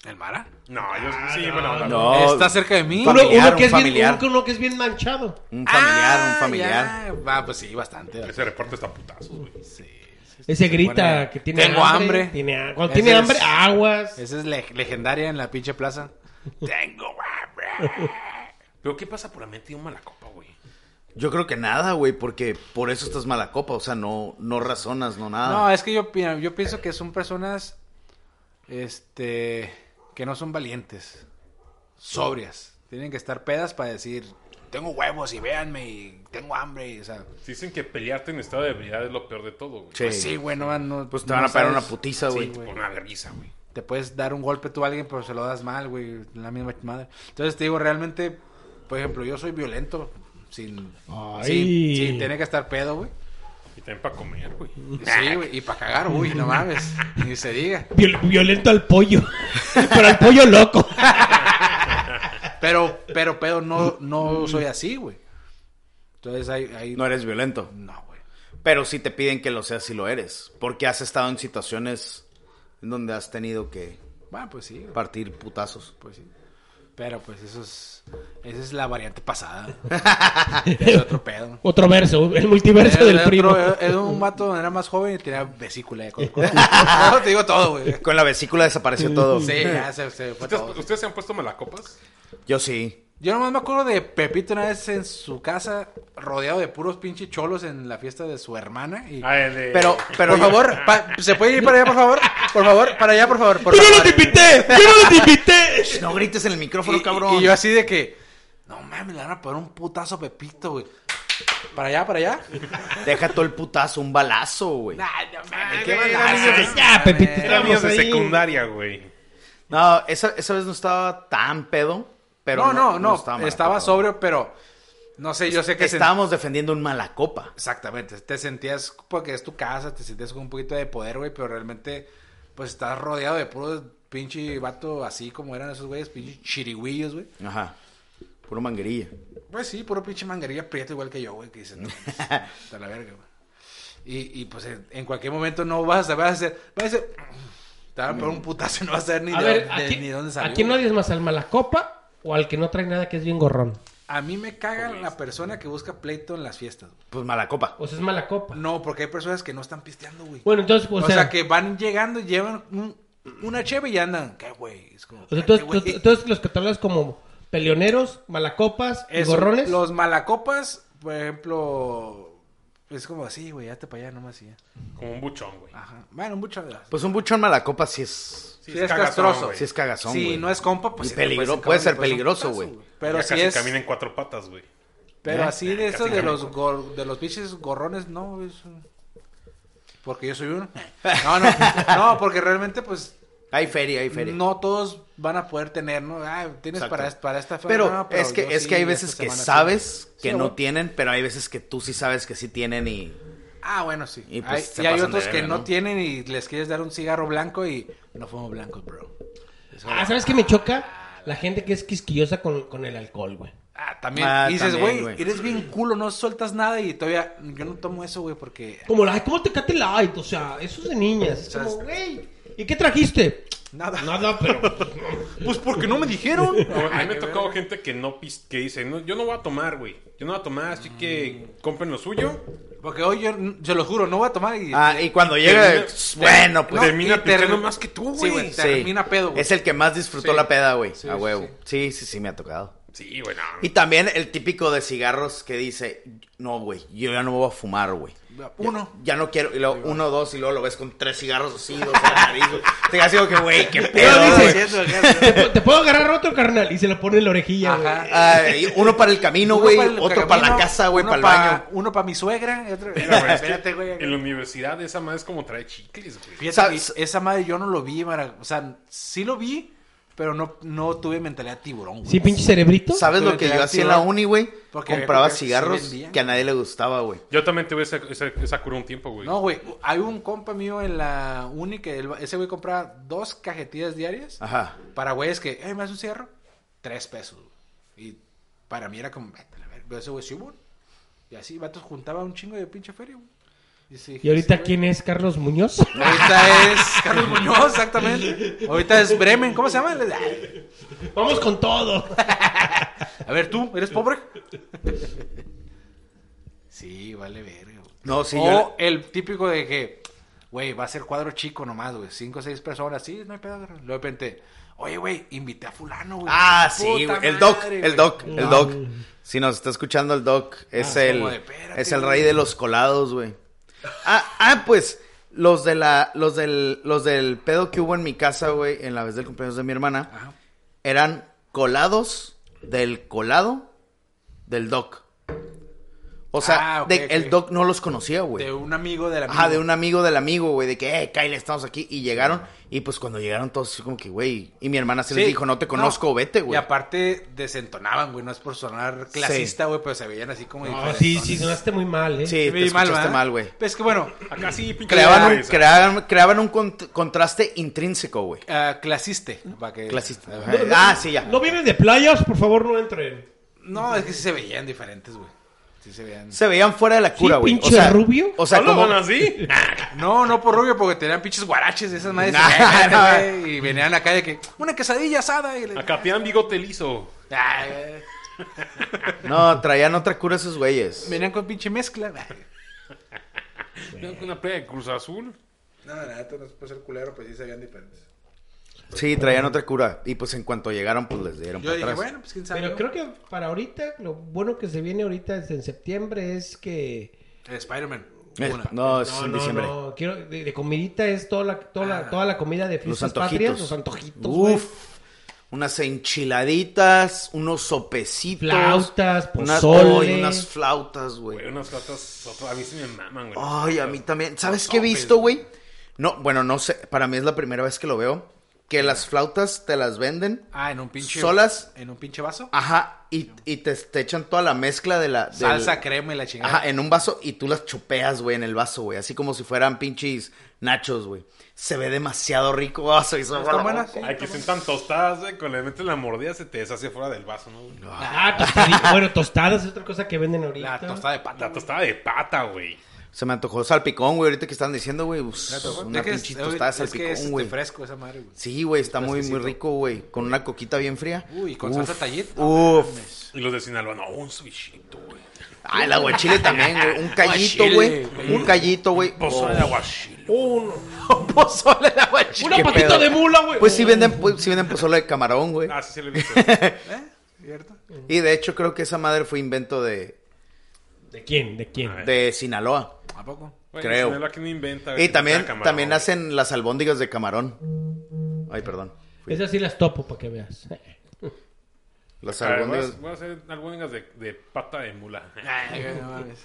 Speaker 4: ¿El Mara?
Speaker 1: No, yo sí,
Speaker 3: Ah, no,
Speaker 1: bueno,
Speaker 3: no.
Speaker 4: Está cerca de mí.
Speaker 3: Uno,
Speaker 2: Familiar,
Speaker 3: uno que
Speaker 2: un
Speaker 3: es bien,
Speaker 2: familiar.
Speaker 3: uno, uno que es bien manchado.
Speaker 2: Un familiar,
Speaker 4: Ah,
Speaker 2: un familiar.
Speaker 4: ya. Ah, pues sí, bastante.
Speaker 1: Ese reporte está a putazos, güey.
Speaker 4: Sí, sí, sí,
Speaker 3: Ese
Speaker 4: se
Speaker 3: grita
Speaker 4: pone-
Speaker 3: que tiene
Speaker 4: Tengo hambre.
Speaker 3: Tiene, a- cuando
Speaker 4: Ese
Speaker 3: tiene
Speaker 4: es-
Speaker 3: hambre, aguas.
Speaker 4: Esa es le- legendaria en la pinche plaza. Tengo hambre.
Speaker 1: Pero ¿qué pasa por la mente de un malacopa, güey?
Speaker 2: Yo creo que nada, güey, porque por eso estás malacopa. O sea, no, no razonas, no nada.
Speaker 4: No, eh, es que yo, pi- yo pienso que son personas este que no son valientes, sobrias. Tienen que estar pedas para decir, tengo huevos y véanme y tengo hambre. y, o sea,
Speaker 1: Dicen que pelearte en estado de ebriedad es lo peor de todo, güey.
Speaker 2: Sí.
Speaker 4: pues sí, güey, no, no-
Speaker 2: Pues te
Speaker 4: no
Speaker 2: van a pegar
Speaker 4: sabes.
Speaker 2: una putiza, güey.
Speaker 1: Por una vergüenza, güey.
Speaker 4: Te puedes dar un golpe tú a alguien, pero se lo das mal, güey, la misma madre. Entonces te digo, realmente, por ejemplo, yo soy violento sin,
Speaker 3: Ay.
Speaker 4: sin, sin tener que estar pedo, güey.
Speaker 1: Y también para comer, güey.
Speaker 4: Sí, güey, y para cagar, uy, no mames, ni se diga.
Speaker 3: Viol- violento al pollo. Pero al pollo loco.
Speaker 4: Pero, pero, pero no, no soy así, güey. Entonces hay, hay...
Speaker 2: No eres violento.
Speaker 4: No, güey.
Speaker 2: Pero sí te piden que lo seas si lo eres. Porque has estado en situaciones en donde has tenido que
Speaker 4: Bueno, pues sí, güey,
Speaker 2: partir putazos.
Speaker 4: pues sí. Pero pues eso es, esa es la variante pasada. es otro pedo.
Speaker 3: Otro verso, el multiverso
Speaker 4: Era-
Speaker 3: del
Speaker 4: era
Speaker 3: primo.
Speaker 4: Eh, otro- era un vato donde era más joven y tenía vesícula de Coca-Cola. No, te digo todo, güey.
Speaker 2: Con la vesícula desapareció todo.
Speaker 4: Sí, ya se, se fue
Speaker 1: ¿Ustedes,
Speaker 4: todo.
Speaker 1: ustedes se han puesto malacopas?
Speaker 2: Yo sí.
Speaker 4: Yo nomás me acuerdo de Pepito una vez en su casa, rodeado de puros pinches cholos en la fiesta de su hermana. Y...
Speaker 1: Ah, el de-
Speaker 2: Pero, pero
Speaker 4: Por favor, pa- ¿se puede ir para allá, por favor? Por favor, para allá, por favor. por favor. eh.
Speaker 3: invité! ¡Yo no te invité!
Speaker 2: No grites en el micrófono,
Speaker 4: Y- y-
Speaker 2: cabrón.
Speaker 4: Y, yo así de que, no mames, le van a poner un putazo a Pepito, güey. Para allá, para allá.
Speaker 2: Deja todo el putazo, un balazo, güey.
Speaker 4: Nah, no mames,
Speaker 1: qué
Speaker 4: güey,
Speaker 1: balazo.
Speaker 4: no mames.
Speaker 3: Ya, Pepito,
Speaker 1: Era
Speaker 3: estamos
Speaker 1: míos de
Speaker 3: ahí.
Speaker 1: secundaria, güey.
Speaker 2: No, esa, esa vez no estaba tan pedo, pero.
Speaker 4: no, no, no,
Speaker 2: estaba mal
Speaker 4: estaba
Speaker 2: acostado.
Speaker 4: sobrio, pero no sé, yo sé que... sen-
Speaker 2: Estábamos defendiendo un mala copa.
Speaker 4: Exactamente, te sentías porque es tu casa, te sentías con un poquito de poder, güey, pero realmente pues estás rodeado de puros pinche vato así como eran esos güeyes, pinche chirigüillos, güey.
Speaker 2: Ajá. Puro manguerilla.
Speaker 4: Pues sí, puro pinche manguería prieto igual que yo, güey, que dicen, "No, pues, hasta la verga, güey. Y, y, pues en, en cualquier momento no vas a saber, vas a hacer, vas a hacer, te van a poner un putazo, no vas a saber ni,
Speaker 3: A
Speaker 4: de,
Speaker 3: ver,
Speaker 4: dónde-
Speaker 3: ¿a
Speaker 4: ni
Speaker 3: quién,
Speaker 4: dónde
Speaker 3: ¿a
Speaker 4: salió.
Speaker 3: quién
Speaker 4: güey.
Speaker 3: odias más? ¿Al malacopa o al que no trae nada que es bien gorrón?
Speaker 4: A mí me caga la persona que busca pleito en las fiestas. güey.
Speaker 2: Pues mala copa.
Speaker 3: O sea, es malacopa.
Speaker 4: No, porque hay personas que no están pisteando, güey.
Speaker 2: Pues,
Speaker 3: Bueno, entonces, o,
Speaker 4: O,
Speaker 3: sea,
Speaker 4: sea, que van llegando y llevan un- una cheve y andan. ¿Qué, güey? Es como.
Speaker 3: o sea,
Speaker 4: "Espérate,
Speaker 3: entonces,
Speaker 4: güey".
Speaker 3: entonces los catalogas como peleoneros, malacopas y
Speaker 4: Eso,
Speaker 3: gorrones.
Speaker 4: Los malacopas, por ejemplo. Es como así, güey, ya te para allá nomás y ya.
Speaker 1: Como un buchón, güey.
Speaker 4: Ajá. Bueno, muchas gracias.
Speaker 2: Pues un buchón mala copa sí es.
Speaker 4: Sí, es
Speaker 1: cagazón,
Speaker 4: castroso.
Speaker 1: güey.
Speaker 2: Sí es cagazón.
Speaker 4: si
Speaker 2: güey.
Speaker 4: no es compa, pues.
Speaker 2: Y
Speaker 4: sí te
Speaker 2: peligro-
Speaker 4: puedes
Speaker 2: puede ser
Speaker 4: encabar, le puedes
Speaker 2: peligroso,
Speaker 4: un putazo,
Speaker 2: güey.
Speaker 4: Pero
Speaker 1: Ya
Speaker 4: si
Speaker 1: casi
Speaker 4: es.
Speaker 1: camina en cuatro patas, güey.
Speaker 4: Pero así de
Speaker 1: Ya
Speaker 4: esos
Speaker 1: casi
Speaker 4: de
Speaker 1: camina.
Speaker 4: los, gor- de los pinches gorrones, no. es- Porque yo soy uno. No, no. No, porque realmente, pues.
Speaker 2: Hay feria, hay feria.
Speaker 4: No todos van a poder tener, ¿no? Ah, tienes
Speaker 2: Exacto.
Speaker 4: para, para esta fe-
Speaker 2: Pero,
Speaker 4: no,
Speaker 2: es que
Speaker 4: yo
Speaker 2: es
Speaker 4: sí,
Speaker 2: que hay
Speaker 4: esta
Speaker 2: veces que
Speaker 4: semana sí.
Speaker 2: sabes que
Speaker 4: Sí,
Speaker 2: no
Speaker 4: güey.
Speaker 2: tienen, pero hay veces que tú sí sabes que sí tienen y
Speaker 4: Ah, bueno, sí.
Speaker 2: Y,
Speaker 4: Y,
Speaker 2: pues, se
Speaker 4: hay, y hay
Speaker 2: pasan de
Speaker 4: otros que
Speaker 2: verga,
Speaker 4: no,
Speaker 2: ¿no?
Speaker 4: tienen y les quieres dar un cigarro blanco y no fumo blancos, bro. Eso-
Speaker 3: Ah, ¿sabes qué me choca? La gente que es quisquillosa con, con el alcohol, güey.
Speaker 4: Ah, también.
Speaker 2: Ah,
Speaker 4: y dices,
Speaker 2: también,
Speaker 4: güey,
Speaker 2: güey.
Speaker 4: eres bien culo, no sueltas nada y todavía yo no tomo eso, güey, porque
Speaker 3: Como, ay, ¿cómo te cate light? O sea, eso es de niñas. Es como, güey, ¿y qué trajiste?
Speaker 4: nada.
Speaker 3: Nada, pero...
Speaker 4: Pues porque no me dijeron.
Speaker 1: No, a mí me ha tocado gente que no pis- que dice, "No, yo no voy a tomar, güey. Yo no voy a tomar, así que compren lo suyo.
Speaker 4: Porque hoy yo, se lo juro, no voy a tomar y
Speaker 2: Ah, y cuando
Speaker 1: y
Speaker 2: llega,
Speaker 1: termina-
Speaker 2: tss, bueno, pues
Speaker 1: termina
Speaker 4: y ter-
Speaker 1: pisteando más que tú,
Speaker 4: Sí,
Speaker 1: güey.
Speaker 4: güey.
Speaker 2: sí.
Speaker 4: termina pedo, güey.
Speaker 2: Es el que más disfrutó
Speaker 4: Sí.
Speaker 2: la peda, güey,
Speaker 4: Sí,
Speaker 2: a
Speaker 4: sí,
Speaker 2: huevo. Sí. sí, sí, me ha tocado.
Speaker 1: Sí, güey. no.
Speaker 2: Y también el típico de cigarros que dice, "No, güey, yo ya no voy a fumar, güey."
Speaker 4: uno.
Speaker 2: Ya no quiero, y luego uno, dos, y luego lo ves con tres cigarros así, dos en la nariz, güey. Te quedas así como que, güey, qué pedo,
Speaker 3: dices,
Speaker 2: güey.
Speaker 3: te, pu- te puedo agarrar otro, carnal. Y se lo pone en la orejilla, güey.
Speaker 4: Ajá.
Speaker 2: Ay, uno para el camino,
Speaker 4: Uno
Speaker 2: güey,
Speaker 4: para el
Speaker 2: otro para la
Speaker 4: camino,
Speaker 2: casa, güey,
Speaker 4: uno
Speaker 2: para el baño.
Speaker 4: Uno para mi suegra. y Otro...
Speaker 1: Mira, güey, es que
Speaker 4: Espérate, güey.
Speaker 1: En la universidad esa madre es como trae chicles, güey.
Speaker 4: Fíjate que
Speaker 2: Sabes-
Speaker 4: esa madre yo no lo vi, Mara. O sea, sí lo vi, pero no, no tuve mentalidad tiburón, güey.
Speaker 3: Sí, pinche cerebrito.
Speaker 2: ¿Sabes lo
Speaker 4: Durante
Speaker 2: que
Speaker 4: la
Speaker 2: yo hacía en la
Speaker 4: actividad.
Speaker 2: uni, güey?
Speaker 4: Porque había
Speaker 2: Compraba
Speaker 4: que- sí
Speaker 2: cigarros
Speaker 4: vendían.
Speaker 2: que a nadie le gustaba, güey.
Speaker 1: Yo también tuve esa, esa, esa cura un tiempo, güey.
Speaker 4: No, güey. Hay un compa mío en la uni que el- ese güey compraba dos cajetillas diarias
Speaker 3: Ah.
Speaker 2: Ajá.
Speaker 4: para güeyes que, eh, ¿me hace un cigarro? Tres pesos. güey. Y para mí era como, vete a la verga. Pero ese güey sí, güey. Y así, vatos juntaba un chingo de pinche feria, güey. Y, sí,
Speaker 3: ¿Y ahorita
Speaker 4: sí, güey.
Speaker 3: quién es? ¿Carlos Muñoz?
Speaker 4: Ahorita es Carlos Muñoz, exactamente. Ahorita es Bremen, ¿cómo se llama?
Speaker 3: Vamos con todo.
Speaker 4: A ver, tú, ¿eres pobre? Sí, vale verga. güey.
Speaker 2: No, sí,
Speaker 4: o
Speaker 2: yo-
Speaker 4: el típico de que, güey, va a ser cuadro chico nomás, güey. Cinco o seis personas, sí, no hay pedo. güey. Luego de repente, oye, güey, invité a fulano, güey.
Speaker 2: Ah, sí, güey.
Speaker 4: Puta
Speaker 2: El doc,
Speaker 4: madre,
Speaker 2: el
Speaker 4: güey.
Speaker 2: doc, el
Speaker 3: No.
Speaker 2: doc. Si nos está escuchando el doc, es
Speaker 4: Ah, es
Speaker 2: el
Speaker 4: como de, espérate,
Speaker 2: es el
Speaker 4: güey.
Speaker 2: rey de los colados, güey. Ah, ah, pues los de la los del los del pedo que hubo en mi casa, güey, en la vez del cumpleaños de mi hermana,
Speaker 4: Ajá.
Speaker 2: eran colados del colado del doc. O sea,
Speaker 4: Ah, ok,
Speaker 2: de- el
Speaker 4: ok.
Speaker 2: doc no los conocía, güey.
Speaker 4: De un amigo de la
Speaker 2: Ajá, de un amigo del amigo, güey, de que, eh, Kyle, estamos aquí. Y llegaron, y pues cuando llegaron todos, así como que, güey. Y mi hermana se les dijo, no te conozco, vete,
Speaker 4: Y
Speaker 2: güey.
Speaker 4: aparte desentonaban, güey. No es por sonar clasista, güey, pero se veían así como.
Speaker 3: No,
Speaker 4: diferentones.
Speaker 3: Ah, sí, sí, sonaste muy mal, ¿eh?
Speaker 2: Sí,
Speaker 4: Se
Speaker 2: te
Speaker 4: veía mal,
Speaker 2: escuchaste
Speaker 4: ¿verdad?
Speaker 2: mal, güey.
Speaker 4: Pues es que bueno,
Speaker 1: Acá sí, pinche
Speaker 2: Creaban
Speaker 1: madre,
Speaker 2: un,
Speaker 1: esa-
Speaker 2: creaban, creaban un cont- contraste intrínseco, güey.
Speaker 4: ah, clasiste. Para que...
Speaker 2: Clasista.
Speaker 4: Ah,
Speaker 2: Ajá. Ah, sí, ya.
Speaker 3: No vienen de playas, por favor, no entren.
Speaker 4: No, es que sí se veían diferentes, güey. Sí se veían.
Speaker 2: Se veían fuera de la cura, güey.
Speaker 3: pinche rubio.
Speaker 2: O sea, como...
Speaker 1: ¿Hablaban así?
Speaker 4: No, no por rubio, porque tenían pinches guaraches y esas madres.
Speaker 2: Nah,
Speaker 4: se veían,
Speaker 2: nah.
Speaker 4: güey, y venían acá de que, una quesadilla asada. Y le-
Speaker 1: Acá te dan bigote liso.
Speaker 4: Ah, eh,
Speaker 2: No, traían otra cura esos güeyes.
Speaker 4: venían con pinche mezcla.
Speaker 1: Una playa de Cruz Azul.
Speaker 4: No, la neta, no es por ser culero, pues sí se veían diferentes.
Speaker 2: Sí, traían otra cura. Y pues en cuanto llegaron, pues les dieron
Speaker 4: Yo
Speaker 2: para
Speaker 4: dije,
Speaker 2: atrás.
Speaker 4: bueno, pues quién sabe.
Speaker 3: Pero creo que para ahorita, lo bueno que se viene ahorita es en septiembre es que...
Speaker 4: El Spider-Man.
Speaker 2: Eh,
Speaker 4: Una.
Speaker 2: no, es en diciembre. Ah,
Speaker 3: no, quiero, de, de comidita es toda la, toda la, toda la comida de
Speaker 2: Los
Speaker 3: fiestas patrias,
Speaker 2: antojitos.
Speaker 3: los antojitos, güey.
Speaker 2: Uf. Unas enchiladitas, unos sopecitos.
Speaker 3: flautas,
Speaker 2: unas-
Speaker 3: pozole.
Speaker 2: ay, unas flautas, güey.
Speaker 1: Güey, unas latas. A mí sí me maman, güey.
Speaker 2: Ay, a mí también. ¿Sabes qué he
Speaker 4: sopes,
Speaker 2: visto, güey? No, bueno, no sé. Para mí es la primera vez que lo veo. Que las flautas te las venden.
Speaker 4: Ah, en un pinche.
Speaker 2: Solas.
Speaker 4: En un pinche vaso.
Speaker 2: Ajá. Y, y te, te echan toda la mezcla de la. del-
Speaker 4: Salsa, crema y la chingada.
Speaker 2: Ajá, en un vaso y tú las chupeas, güey, en el vaso, güey. Así como si fueran pinches nachos, güey. Se ve demasiado rico, vaso. Y son
Speaker 4: ¿Están buenas?
Speaker 1: Ay, que estén tan tostadas, güey. Cuando le metes la mordida se te deshace fuera del vaso, ¿no? güey?
Speaker 3: Ah, tostadita. bueno, tostadas es otra cosa que venden ahorita.
Speaker 4: La tostada de pata.
Speaker 1: La tostada de pata, güey.
Speaker 2: Se me antojó salpicón, güey. Ahorita que están diciendo, güey. uf,
Speaker 4: La tostada.
Speaker 2: Una
Speaker 4: Es que es-
Speaker 2: pinche tostada de
Speaker 4: es que es
Speaker 2: salpicón,
Speaker 4: este,
Speaker 2: güey.
Speaker 4: fresco esa madre, güey.
Speaker 2: Sí, güey, está muy, muy
Speaker 4: fresquecito.
Speaker 2: rico, güey. Con una coquita bien fría.
Speaker 4: Uy, con
Speaker 2: Uf,
Speaker 4: salsa tallita.
Speaker 2: Uf.
Speaker 1: Y los de Sinaloa, no, un swishito, güey.
Speaker 2: Ah, el aguachile también, güey. Un callito,
Speaker 4: Aguachile,
Speaker 2: güey. Un callito, güey.
Speaker 1: Pozo de
Speaker 2: Oh.
Speaker 1: aguachile.
Speaker 3: Uno,
Speaker 2: Pozole de aguachile.
Speaker 3: una
Speaker 2: ¿Qué
Speaker 3: patita
Speaker 2: pedo?
Speaker 3: de mula, güey. Oh,
Speaker 2: Pues sí venden, pues, sí venden pozole de camarón, güey.
Speaker 1: Ah, sí, sí, le dice.
Speaker 4: ¿Eh? ¿Cierto?
Speaker 2: Y de hecho creo que esa madre fue invento de,
Speaker 3: ¿De quién? ¿De quién?
Speaker 1: ver.
Speaker 2: de Sinaloa.
Speaker 4: ¿A poco?
Speaker 2: Creo.
Speaker 1: Sinaloa que no inventa.
Speaker 2: Y
Speaker 1: güey,
Speaker 2: también,
Speaker 1: inventa camarón,
Speaker 2: también
Speaker 1: güey.
Speaker 2: hacen las albóndigas de camarón. Ay, perdón.
Speaker 3: Esas sí las topo para que veas.
Speaker 2: Las
Speaker 1: A ver, Voy a,
Speaker 2: albóndigas.
Speaker 1: voy a hacer albóndigas de, de pata de mula.
Speaker 4: Ay, no mames.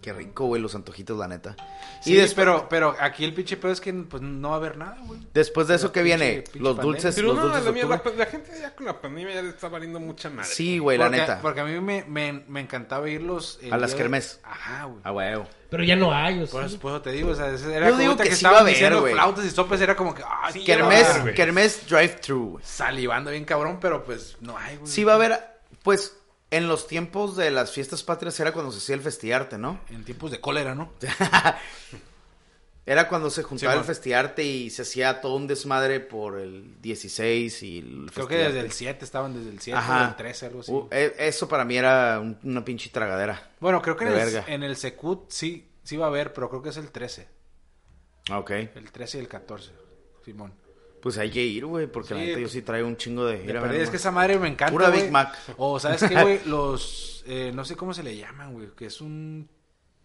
Speaker 2: Qué rico, güey, los antojitos, la neta.
Speaker 4: Sí,
Speaker 2: y después,
Speaker 4: pero, pero aquí el pinche pedo es que pues, no va a haber nada, güey.
Speaker 2: después de eso,
Speaker 4: Los
Speaker 2: ¿qué
Speaker 4: pinche-
Speaker 2: viene?
Speaker 4: pinche
Speaker 2: Los
Speaker 4: pandemia.
Speaker 2: dulces,
Speaker 1: Pero
Speaker 2: los
Speaker 1: no,
Speaker 2: dulces
Speaker 1: la,
Speaker 2: de
Speaker 1: mía- la,
Speaker 2: octubre.
Speaker 1: Pues la gente ya con la pandemia ya le está valiendo mucha madre.
Speaker 2: Sí, güey, la
Speaker 4: porque,
Speaker 2: neta.
Speaker 4: Porque a mí me, me, me encantaba irlos. el
Speaker 2: A las
Speaker 4: día de-
Speaker 2: kermés.
Speaker 4: Ajá, güey.
Speaker 2: Ah, güey.
Speaker 3: Pero ya no hay, o sea.
Speaker 4: Por
Speaker 2: Pues,
Speaker 4: eso, por eso te digo, o sea, ese era
Speaker 2: Yo
Speaker 4: como
Speaker 2: digo
Speaker 4: ahorita
Speaker 2: que
Speaker 4: que
Speaker 2: sí va a
Speaker 4: estaban
Speaker 2: haber,
Speaker 4: diciendo
Speaker 2: güey.
Speaker 4: flautas y sopes, era como que, "Ah, ay,
Speaker 1: Sí,
Speaker 4: qué
Speaker 1: ya va a
Speaker 2: Kermés,
Speaker 1: haber, güey.
Speaker 2: kermés drive-thru, güey.
Speaker 4: salivando bien cabrón, pero pues no hay, güey.
Speaker 2: Sí va a haber, pues, en los tiempos de las fiestas patrias era cuando se hacía el festiarte, ¿no?
Speaker 4: En tiempos de cólera, ¿no?
Speaker 2: Era cuando se juntaba
Speaker 4: Sí,
Speaker 2: el
Speaker 4: bueno.
Speaker 2: festiarte y se hacía todo un desmadre por el 16 y el
Speaker 4: Creo que
Speaker 2: festiarte.
Speaker 4: desde el 7 estaban, desde el 7 o el 13, algo así.
Speaker 2: Uh, e- eso para mí era un- una pinche tragadera.
Speaker 4: bueno, creo que en
Speaker 2: de
Speaker 4: el,
Speaker 2: verga.
Speaker 4: en el Secut sí, sí va a haber, pero creo que es el 13.
Speaker 2: Ah, Ok.
Speaker 4: El 13 y el 14, Simón.
Speaker 2: Pues hay que ir, güey, porque la
Speaker 4: Sí, pues,
Speaker 2: neta yo sí traigo un chingo de...
Speaker 4: De
Speaker 2: ir a ver
Speaker 4: perdida, es
Speaker 2: nomás.
Speaker 4: que esa madre me encanta.
Speaker 2: Pura
Speaker 4: güey.
Speaker 2: Big Mac.
Speaker 4: O, ¿sabes qué, güey? Los. eh, no sé cómo se le llaman, güey. Que es un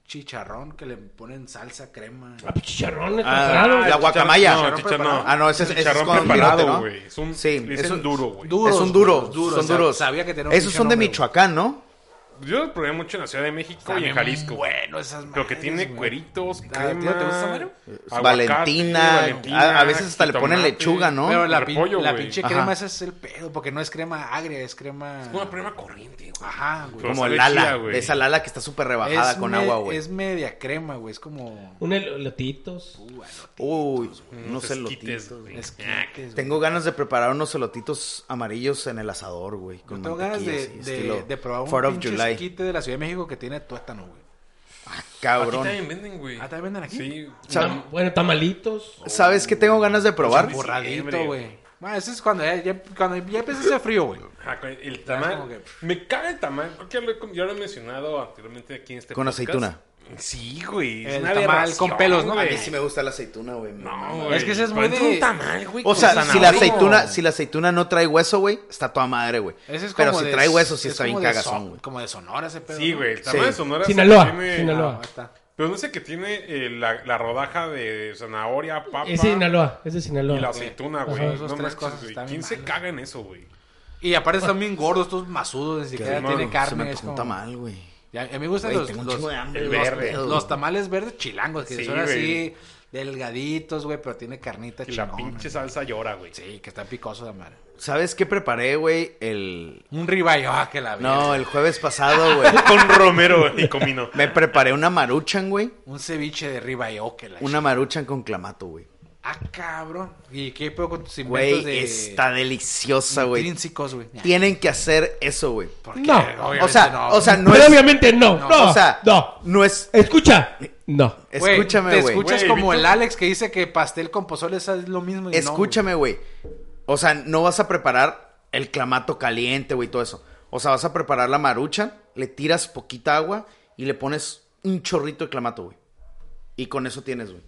Speaker 4: chicharrón que le ponen salsa, crema.
Speaker 3: Ah, pues chicharrones,
Speaker 2: Ah,
Speaker 3: preparados.
Speaker 2: la
Speaker 1: chicharrón-
Speaker 2: guacamaya.
Speaker 1: No, chicharrón.
Speaker 4: preparado.
Speaker 1: No.
Speaker 2: Ah, no, ese es- ese es
Speaker 1: chicharrón
Speaker 2: con bigote, ¿no?
Speaker 1: preparado, güey. Es un,
Speaker 2: Sí,
Speaker 1: sí, es
Speaker 2: es un-
Speaker 1: duro, güey.
Speaker 4: du-
Speaker 2: es
Speaker 4: duros,
Speaker 2: un
Speaker 4: güey,
Speaker 2: duro,
Speaker 4: los duros,
Speaker 2: son
Speaker 4: o sea,
Speaker 2: duros.
Speaker 4: sabía que tenía un
Speaker 2: Esos
Speaker 4: pinche
Speaker 2: son de
Speaker 4: nombre, güey.
Speaker 2: Michoacán, ¿no?
Speaker 1: Yo lo probé mucho en la Ciudad de México y en
Speaker 4: También
Speaker 1: Jalisco. güey.
Speaker 4: Bueno, esas
Speaker 1: Lo que
Speaker 4: madres,
Speaker 1: tiene
Speaker 4: güey.
Speaker 2: Ah,
Speaker 1: cueritos,
Speaker 4: ¿A ti no
Speaker 1: crema.
Speaker 4: te gusta, Mario?
Speaker 1: aguacate,
Speaker 2: Valentina, a- a veces hasta le ponen
Speaker 1: jitomate.
Speaker 2: lechuga, ¿no?
Speaker 4: Pero la,
Speaker 1: El
Speaker 4: pin-
Speaker 1: repollo,
Speaker 4: la
Speaker 1: güey.
Speaker 4: pinche
Speaker 2: Ajá.
Speaker 4: crema esa es el pedo, porque no es crema agria, es crema...
Speaker 1: Es una crema corriente, güey.
Speaker 4: Ajá, güey.
Speaker 1: Pero
Speaker 2: Como
Speaker 1: sabe
Speaker 2: Lala,
Speaker 1: chida, güey.
Speaker 2: esa Lala que está súper rebajada
Speaker 4: Es
Speaker 2: con
Speaker 4: me-
Speaker 2: agua, güey.
Speaker 4: Es media crema, güey, es como...
Speaker 3: Un elotitos.
Speaker 2: Uy, no
Speaker 1: Unos
Speaker 2: sé lo
Speaker 1: esquites, güey.
Speaker 4: Es que-
Speaker 1: Ah,
Speaker 4: que es-
Speaker 2: Tengo ganas de preparar unos elotitos amarillos en el asador, güey.
Speaker 4: Yo
Speaker 2: Con
Speaker 4: tengo ganas de,
Speaker 2: mantequilla, así,
Speaker 4: de,
Speaker 2: estilo
Speaker 4: de probar un
Speaker 2: Fourth of
Speaker 4: pinche
Speaker 2: July.
Speaker 4: esquite de la Ciudad de México que tiene tuétano, güey.
Speaker 1: Aquí
Speaker 2: Cabrón.
Speaker 1: también venden, güey.
Speaker 4: Ah, ¿también venden aquí?
Speaker 1: Sí.
Speaker 2: ¿Sabe-
Speaker 3: Bueno, tamalitos.
Speaker 2: ¿Sabes qué tengo ganas de probar?
Speaker 1: Sí,
Speaker 4: Borradito,
Speaker 1: diciembre,
Speaker 4: güey. Bueno, eso es cuando ya, ya- cuando ya empieza ese frío, güey.
Speaker 1: Ah, con El
Speaker 4: Ya, como
Speaker 1: tamal.
Speaker 4: que-
Speaker 1: Me caga el tamal. Creo que ya lo, he- ya lo he mencionado anteriormente aquí en este
Speaker 2: Con
Speaker 1: podcast.
Speaker 2: aceituna.
Speaker 1: Sí, güey. es
Speaker 4: El
Speaker 1: una
Speaker 4: tamal
Speaker 1: aberración,
Speaker 4: con pelos, ¿no?
Speaker 1: güey.
Speaker 4: A mí sí
Speaker 2: me gusta la aceituna, güey.
Speaker 1: No,
Speaker 4: Es que ese es
Speaker 1: pero
Speaker 4: muy
Speaker 1: entra
Speaker 4: de-
Speaker 1: un tamal, güey.
Speaker 2: O
Speaker 1: con
Speaker 2: sea, si la
Speaker 1: zanahoria.
Speaker 2: aceituna, si la aceituna no trae hueso, güey, está toda madre, güey.
Speaker 4: Ese es
Speaker 2: Pero
Speaker 4: como
Speaker 2: si
Speaker 4: de-
Speaker 2: trae hueso, sí
Speaker 4: es
Speaker 2: está bien
Speaker 4: como de
Speaker 2: cagazón,
Speaker 4: son-
Speaker 2: güey.
Speaker 4: Como de Sonora ese pedo.
Speaker 1: Sí,
Speaker 4: ¿no?
Speaker 1: güey. El
Speaker 2: Sí.
Speaker 1: tamal de Sonora.
Speaker 3: Sinaloa,
Speaker 1: tiene-
Speaker 4: Ah,
Speaker 3: Sinaloa.
Speaker 4: ahí está.
Speaker 1: Pero no sé que tiene eh, la, la rodaja de zanahoria, papa
Speaker 3: Es de Sinaloa, es de
Speaker 1: y la
Speaker 3: Sinaloa.
Speaker 1: aceituna,
Speaker 3: Ajá.
Speaker 1: güey.
Speaker 4: Esas
Speaker 1: No
Speaker 4: tres
Speaker 1: manches,
Speaker 4: cosas
Speaker 1: güey.
Speaker 4: están
Speaker 1: ¿Quién
Speaker 4: bien
Speaker 1: se
Speaker 4: malas.
Speaker 1: caga en eso, güey?
Speaker 4: Y aparte están bien gordos, estos masudos, ni siquiera
Speaker 1: rico,
Speaker 4: tiene
Speaker 2: Se
Speaker 4: carne.
Speaker 2: me
Speaker 4: es
Speaker 2: antojó un
Speaker 4: como-
Speaker 2: tamal, güey.
Speaker 4: Y A, a mí me gustan
Speaker 2: Güey,
Speaker 4: los,
Speaker 2: tengo un
Speaker 4: los-
Speaker 2: chingo de hambre,
Speaker 1: el
Speaker 4: los-
Speaker 1: verde.
Speaker 4: los, tamales verdes chilangos, que
Speaker 1: Sí,
Speaker 4: son
Speaker 1: güey.
Speaker 4: así delgaditos, güey, pero tiene carnita
Speaker 1: Que la
Speaker 4: chingona.
Speaker 1: pinche salsa llora, güey.
Speaker 4: Sí, que están picosos de madre.
Speaker 2: ¿Sabes qué preparé, güey? El...
Speaker 4: Un ribayo, ah, que la verga.
Speaker 2: No, el jueves pasado, güey.
Speaker 1: Con romero y comino.
Speaker 2: Me preparé una maruchan, güey.
Speaker 4: Un ceviche de ribayo, que la
Speaker 2: Una maruchan con clamato, güey.
Speaker 4: Ah, cabrón. ¿Y qué pedo con tus inventos
Speaker 2: Güey,
Speaker 4: de
Speaker 2: está deliciosa, güey.
Speaker 4: intrínsecos, güey?
Speaker 2: Tienen que hacer eso, güey.
Speaker 4: Porque
Speaker 3: No.
Speaker 4: obviamente
Speaker 2: O sea, o sea, no
Speaker 3: Pero
Speaker 2: es...
Speaker 3: obviamente no, no,
Speaker 2: o sea,
Speaker 3: no.
Speaker 2: no es...
Speaker 3: Escucha, no.
Speaker 4: Güey,
Speaker 2: Escúchame,
Speaker 4: Te
Speaker 2: güey.
Speaker 4: escuchas
Speaker 1: Güey,
Speaker 4: como
Speaker 1: Víctor-
Speaker 4: el Alex que dice que pastel con pozole es lo mismo. y no,
Speaker 2: Escúchame, güey. O sea, no vas a preparar el clamato caliente, güey, todo eso. O sea, vas a preparar la marucha, le tiras poquita agua y le pones un chorrito de clamato, güey. Y con eso tienes, güey.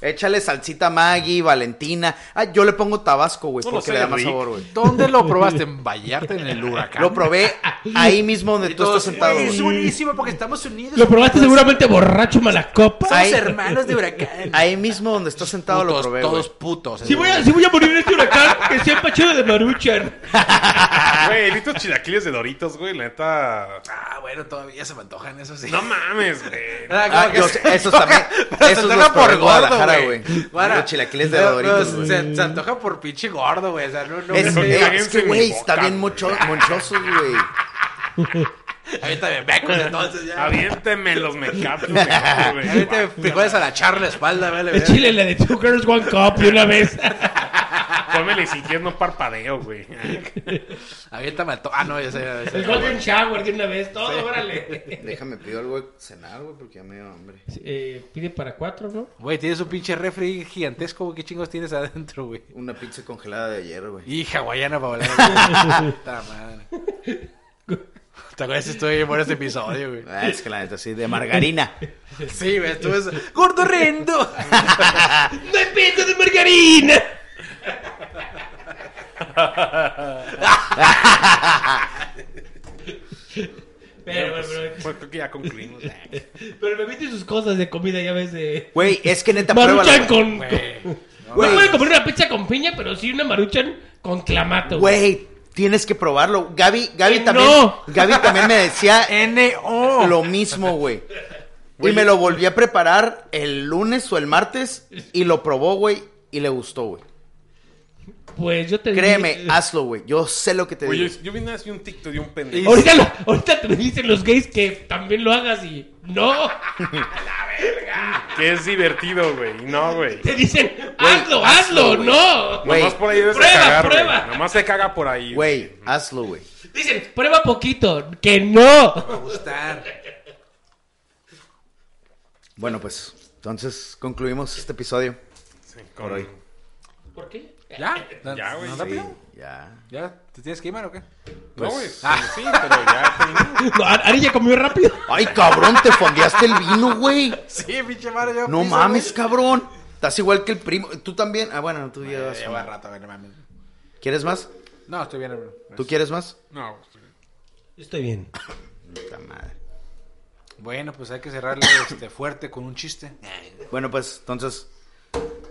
Speaker 2: Échale salsita Maggi, Valentina. Ah, yo le pongo Tabasco, güey,
Speaker 1: No lo
Speaker 2: porque
Speaker 1: sé,
Speaker 2: le da más
Speaker 1: Rick.
Speaker 2: sabor, güey.
Speaker 4: ¿Dónde lo probaste? En Vallarta, en el huracán.
Speaker 2: Lo probé ahí mismo donde
Speaker 4: Y
Speaker 2: tú
Speaker 4: todos,
Speaker 2: estás sentado.
Speaker 4: "Güey,
Speaker 2: güey.
Speaker 4: Es buenísimo porque estamos unidos.
Speaker 3: Lo probaste seguramente borracho malacopa.
Speaker 2: Ay.
Speaker 4: Somos hermanos de huracán.
Speaker 2: Ahí mismo donde estás sentado lo
Speaker 4: Putos,
Speaker 2: probé,
Speaker 4: todos
Speaker 2: güey.
Speaker 4: putos. eh.
Speaker 3: Si voy, a, si voy a morir en este huracán, que sea pachero de Maruchan.
Speaker 1: Güey, estos chilaquiles de Doritos, güey, la neta.
Speaker 4: Ah, bueno, todavía se me antojan, eso sí.
Speaker 1: No mames, güey.
Speaker 2: Ah, yo sé, esos también.
Speaker 4: Pero
Speaker 2: Esos
Speaker 4: se
Speaker 2: los
Speaker 4: antoja
Speaker 2: probé
Speaker 4: por
Speaker 2: en
Speaker 4: gordo,
Speaker 2: Guadalajara,
Speaker 4: güey.
Speaker 2: güey.
Speaker 4: Guara.
Speaker 2: Los chilaquiles de
Speaker 4: No,
Speaker 2: Doritos,
Speaker 4: no,
Speaker 2: güey.
Speaker 4: se, se antoja por pinche gordo, güey. O sea, no, no.
Speaker 2: Es,
Speaker 4: no,
Speaker 2: eh,
Speaker 1: cáguense
Speaker 2: es que,
Speaker 1: en mi
Speaker 2: güey,
Speaker 1: boca,
Speaker 2: está bien
Speaker 1: güey.
Speaker 2: moncho- monchoso, güey.
Speaker 4: Aviéntame becos, entonces ya.
Speaker 1: Aviénteme los mecapos,
Speaker 4: Aviéntame
Speaker 1: güey.
Speaker 4: frijoles a la charla la espalda, güey.
Speaker 3: Es chile, la de Two Girls One Cup de una vez.
Speaker 1: Pónmele si quieres, no parpadeo, güey.
Speaker 4: Aviéntame al to... Ah, no, ya sé, ya sé.
Speaker 3: El Golden Shower de una vez, todo, órale.
Speaker 2: Déjame pido algo de cenar, güey, porque ya me dio hambre.
Speaker 3: Eh, pide para cuatro, ¿no?
Speaker 4: Güey, tienes un pinche refri gigantesco, güey. ¿Qué chingos tienes adentro, güey?
Speaker 2: Una pizza congelada de ayer, güey.
Speaker 4: Y hawaiana para volar. güey. Puta madre. ¿Te acuerdas? Estuve bien por ese episodio, güey.
Speaker 2: Ah, es que la neta, sí, de margarina.
Speaker 4: Sí, güey, estuve... eso. ¡Gordo rendo!
Speaker 3: ¡No hay pizza de margarina! pero, pero,
Speaker 1: Pues creo que ya concluimos.
Speaker 2: Este
Speaker 3: pero me viste sus cosas de comida, ya ves, de...
Speaker 2: Güey, es que neta, pruébala.
Speaker 3: Maruchan
Speaker 2: güey.
Speaker 3: con... con- No
Speaker 2: Güey.
Speaker 3: pueden comer una pizza con piña, pero sí una maruchan con clamato.
Speaker 2: Güey, tienes que probarlo. Gaby, Gaby
Speaker 3: Que
Speaker 2: también.
Speaker 3: no. Eh,
Speaker 2: Gaby también me decía
Speaker 4: N.O.
Speaker 2: lo mismo, güey. Y
Speaker 1: Güey,
Speaker 2: me
Speaker 1: yo-
Speaker 2: lo volví a preparar el lunes o el martes y lo probó, güey, y le gustó, güey.
Speaker 3: Pues yo te dije-
Speaker 2: Créeme, hazlo, güey. Yo sé lo que te
Speaker 1: Oye,
Speaker 2: digo.
Speaker 1: yo, yo vi una vez un TikTok de un pendejo.
Speaker 3: Ahorita, lo- ahorita te dicen los gays que también lo hagas y no.
Speaker 1: Que es divertido, güey. Y no, güey.
Speaker 3: Te dicen, hazlo, hazlo,
Speaker 2: hazlo, güey.
Speaker 3: no.
Speaker 2: Güey,
Speaker 1: Nomás por ahí debes de
Speaker 3: prueba,
Speaker 1: cagar, güey.
Speaker 3: prueba.
Speaker 1: Nomás se caga por ahí.
Speaker 2: Güey, hazlo, güey.
Speaker 3: Dicen, prueba poquito, que no.
Speaker 4: a gustar.
Speaker 2: Bueno, pues, entonces concluimos este episodio.
Speaker 1: Sí, con-
Speaker 2: Por hoy.
Speaker 3: ¿Por qué?
Speaker 4: ¿Ya?
Speaker 1: Ya, güey. Sí.
Speaker 4: ¿No
Speaker 2: Sí,
Speaker 4: rápido?
Speaker 2: ya.
Speaker 4: ¿Ya? ¿Te tienes que ir, man, o qué?
Speaker 1: No,
Speaker 2: Pues,
Speaker 1: güey.
Speaker 4: Ah.
Speaker 1: Sí, pero ya. terminamos.
Speaker 3: No, Ar- Ari ya comió rápido.
Speaker 2: Ay, cabrón, te fondeaste el vino, güey.
Speaker 4: Sí, pinche madre, yo.
Speaker 2: No
Speaker 4: piso,
Speaker 2: mames,
Speaker 4: güey.
Speaker 2: cabrón. Estás igual que el primo. ¿Tú también? Ah, bueno, tú ya
Speaker 3: Eh,
Speaker 2: vas.
Speaker 4: Lleva rato, güey, no mames.
Speaker 2: ¿Quieres más?
Speaker 4: No, estoy bien, hermano.
Speaker 3: pues.
Speaker 2: ¿Tú quieres más?
Speaker 1: No, güey.
Speaker 3: Estoy bien.
Speaker 2: Puta madre.
Speaker 4: Bueno, pues hay que cerrarle este, fuerte con un chiste.
Speaker 2: Bueno, pues entonces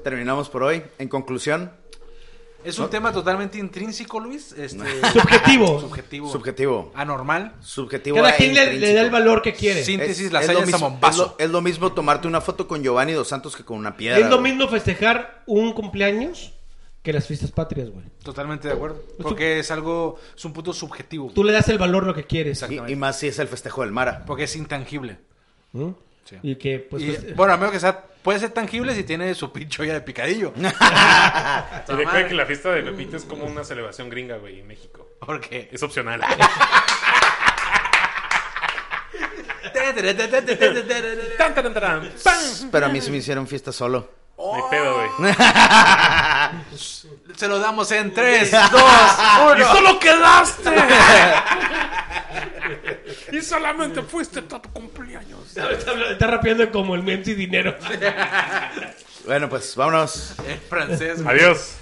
Speaker 2: terminamos por hoy. En conclusión,
Speaker 4: Es un tema totalmente intrínseco, Luis. Este,
Speaker 3: Subjetivo.
Speaker 4: Subjetivo.
Speaker 2: subjetivo.
Speaker 4: Anormal.
Speaker 2: Subjetivo.
Speaker 3: Ah. Cada
Speaker 2: e
Speaker 3: quien le, le da el
Speaker 2: intrínseco.
Speaker 3: valor que quiere.
Speaker 4: Sí.
Speaker 2: Es-
Speaker 4: Síntesis, la
Speaker 2: es lo
Speaker 4: salsa
Speaker 2: mismo-
Speaker 4: Zambombazo.
Speaker 2: es lo- Es lo mismo tomarte una foto con Giovanni Dos Santos que con una piedra.
Speaker 3: Es lo
Speaker 2: güey.
Speaker 3: mismo festejar un cumpleaños que las fiestas patrias, güey.
Speaker 4: Totalmente de acuerdo. Porque es algo, es un punto subjetivo.
Speaker 3: Pues Tú le das el valor lo que quieres.
Speaker 4: Exacto.
Speaker 2: Y, y más si es el festejo del Mara.
Speaker 4: Porque es intangible.
Speaker 3: ¿Mm?
Speaker 4: Sí.
Speaker 3: Y que, pues,
Speaker 4: Y,
Speaker 3: pues,
Speaker 4: bueno, a menos que sea, puede ser tangible si tiene su pincho ya de picadillo.
Speaker 1: Y recuerden que la fiesta de Pepito es como una celebración gringa, güey, en México.
Speaker 4: Porque.
Speaker 1: Es opcional. Tan, tan, tan, tan. ¡Pam!
Speaker 2: Pero a mí se me hicieron fiesta solo.
Speaker 1: No hay pedo, güey.
Speaker 4: Se lo damos en 3, 2, 1.
Speaker 1: solo quedaste! y solamente fuiste a tu cumpleaños.
Speaker 3: está, está rapeando como el meme y dinero.
Speaker 2: Bueno, pues vámonos.
Speaker 4: En francés. güey.
Speaker 1: Adiós.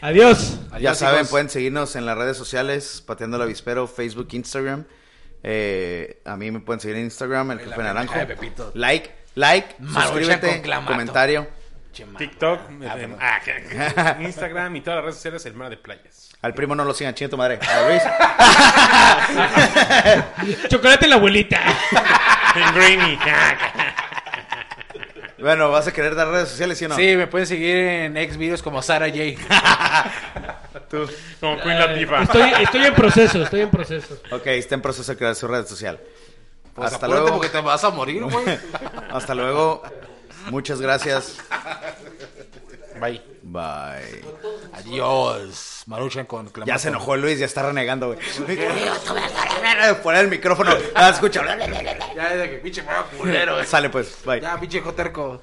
Speaker 3: Adiós.
Speaker 2: ya
Speaker 4: Adiós,
Speaker 2: saben,
Speaker 4: hijos.
Speaker 2: pueden seguirnos en las redes sociales, Pateando el Avispero, Facebook, Instagram. Eh, a mí me pueden seguir en Instagram, el Jefe Naranjo.
Speaker 4: pendeja de Pepito.
Speaker 2: Like, like,
Speaker 4: Maruchan con
Speaker 2: suscríbete,
Speaker 4: clamato.
Speaker 2: comentario.
Speaker 4: Che, madre.
Speaker 1: TikTok,
Speaker 4: Ah,
Speaker 1: em,
Speaker 4: perdón.
Speaker 1: ah, que- Instagram y todas las redes sociales, el mar de playas.
Speaker 2: Al primo no lo sigan, chinga tu madre. A Luis.
Speaker 3: Chocolate la abuelita.
Speaker 1: En Grainy. Ah,
Speaker 2: Bueno, ¿vas a querer dar redes sociales, sí o no?
Speaker 4: Sí, me pueden seguir en ex videos como Sara J.
Speaker 1: Tú, como Queen Latifah.
Speaker 3: Estoy, estoy en proceso, estoy en proceso.
Speaker 2: Ok, está en proceso de crear su red social.
Speaker 4: Pues
Speaker 2: Hasta
Speaker 4: apúrate
Speaker 2: luego.
Speaker 4: porque te vas a morir, güey.
Speaker 2: Hasta luego. Muchas gracias.
Speaker 1: Bye.
Speaker 2: Bye.
Speaker 4: Adiós. Maruchan con clamato.
Speaker 2: Ya se enojó Luis, ya está renegando, güey. Por el micrófono. Ah, escucha.
Speaker 4: Ya desde que pinche me va culero, güey.
Speaker 2: Sale pues. Bye.
Speaker 4: Ya, pinche joterco.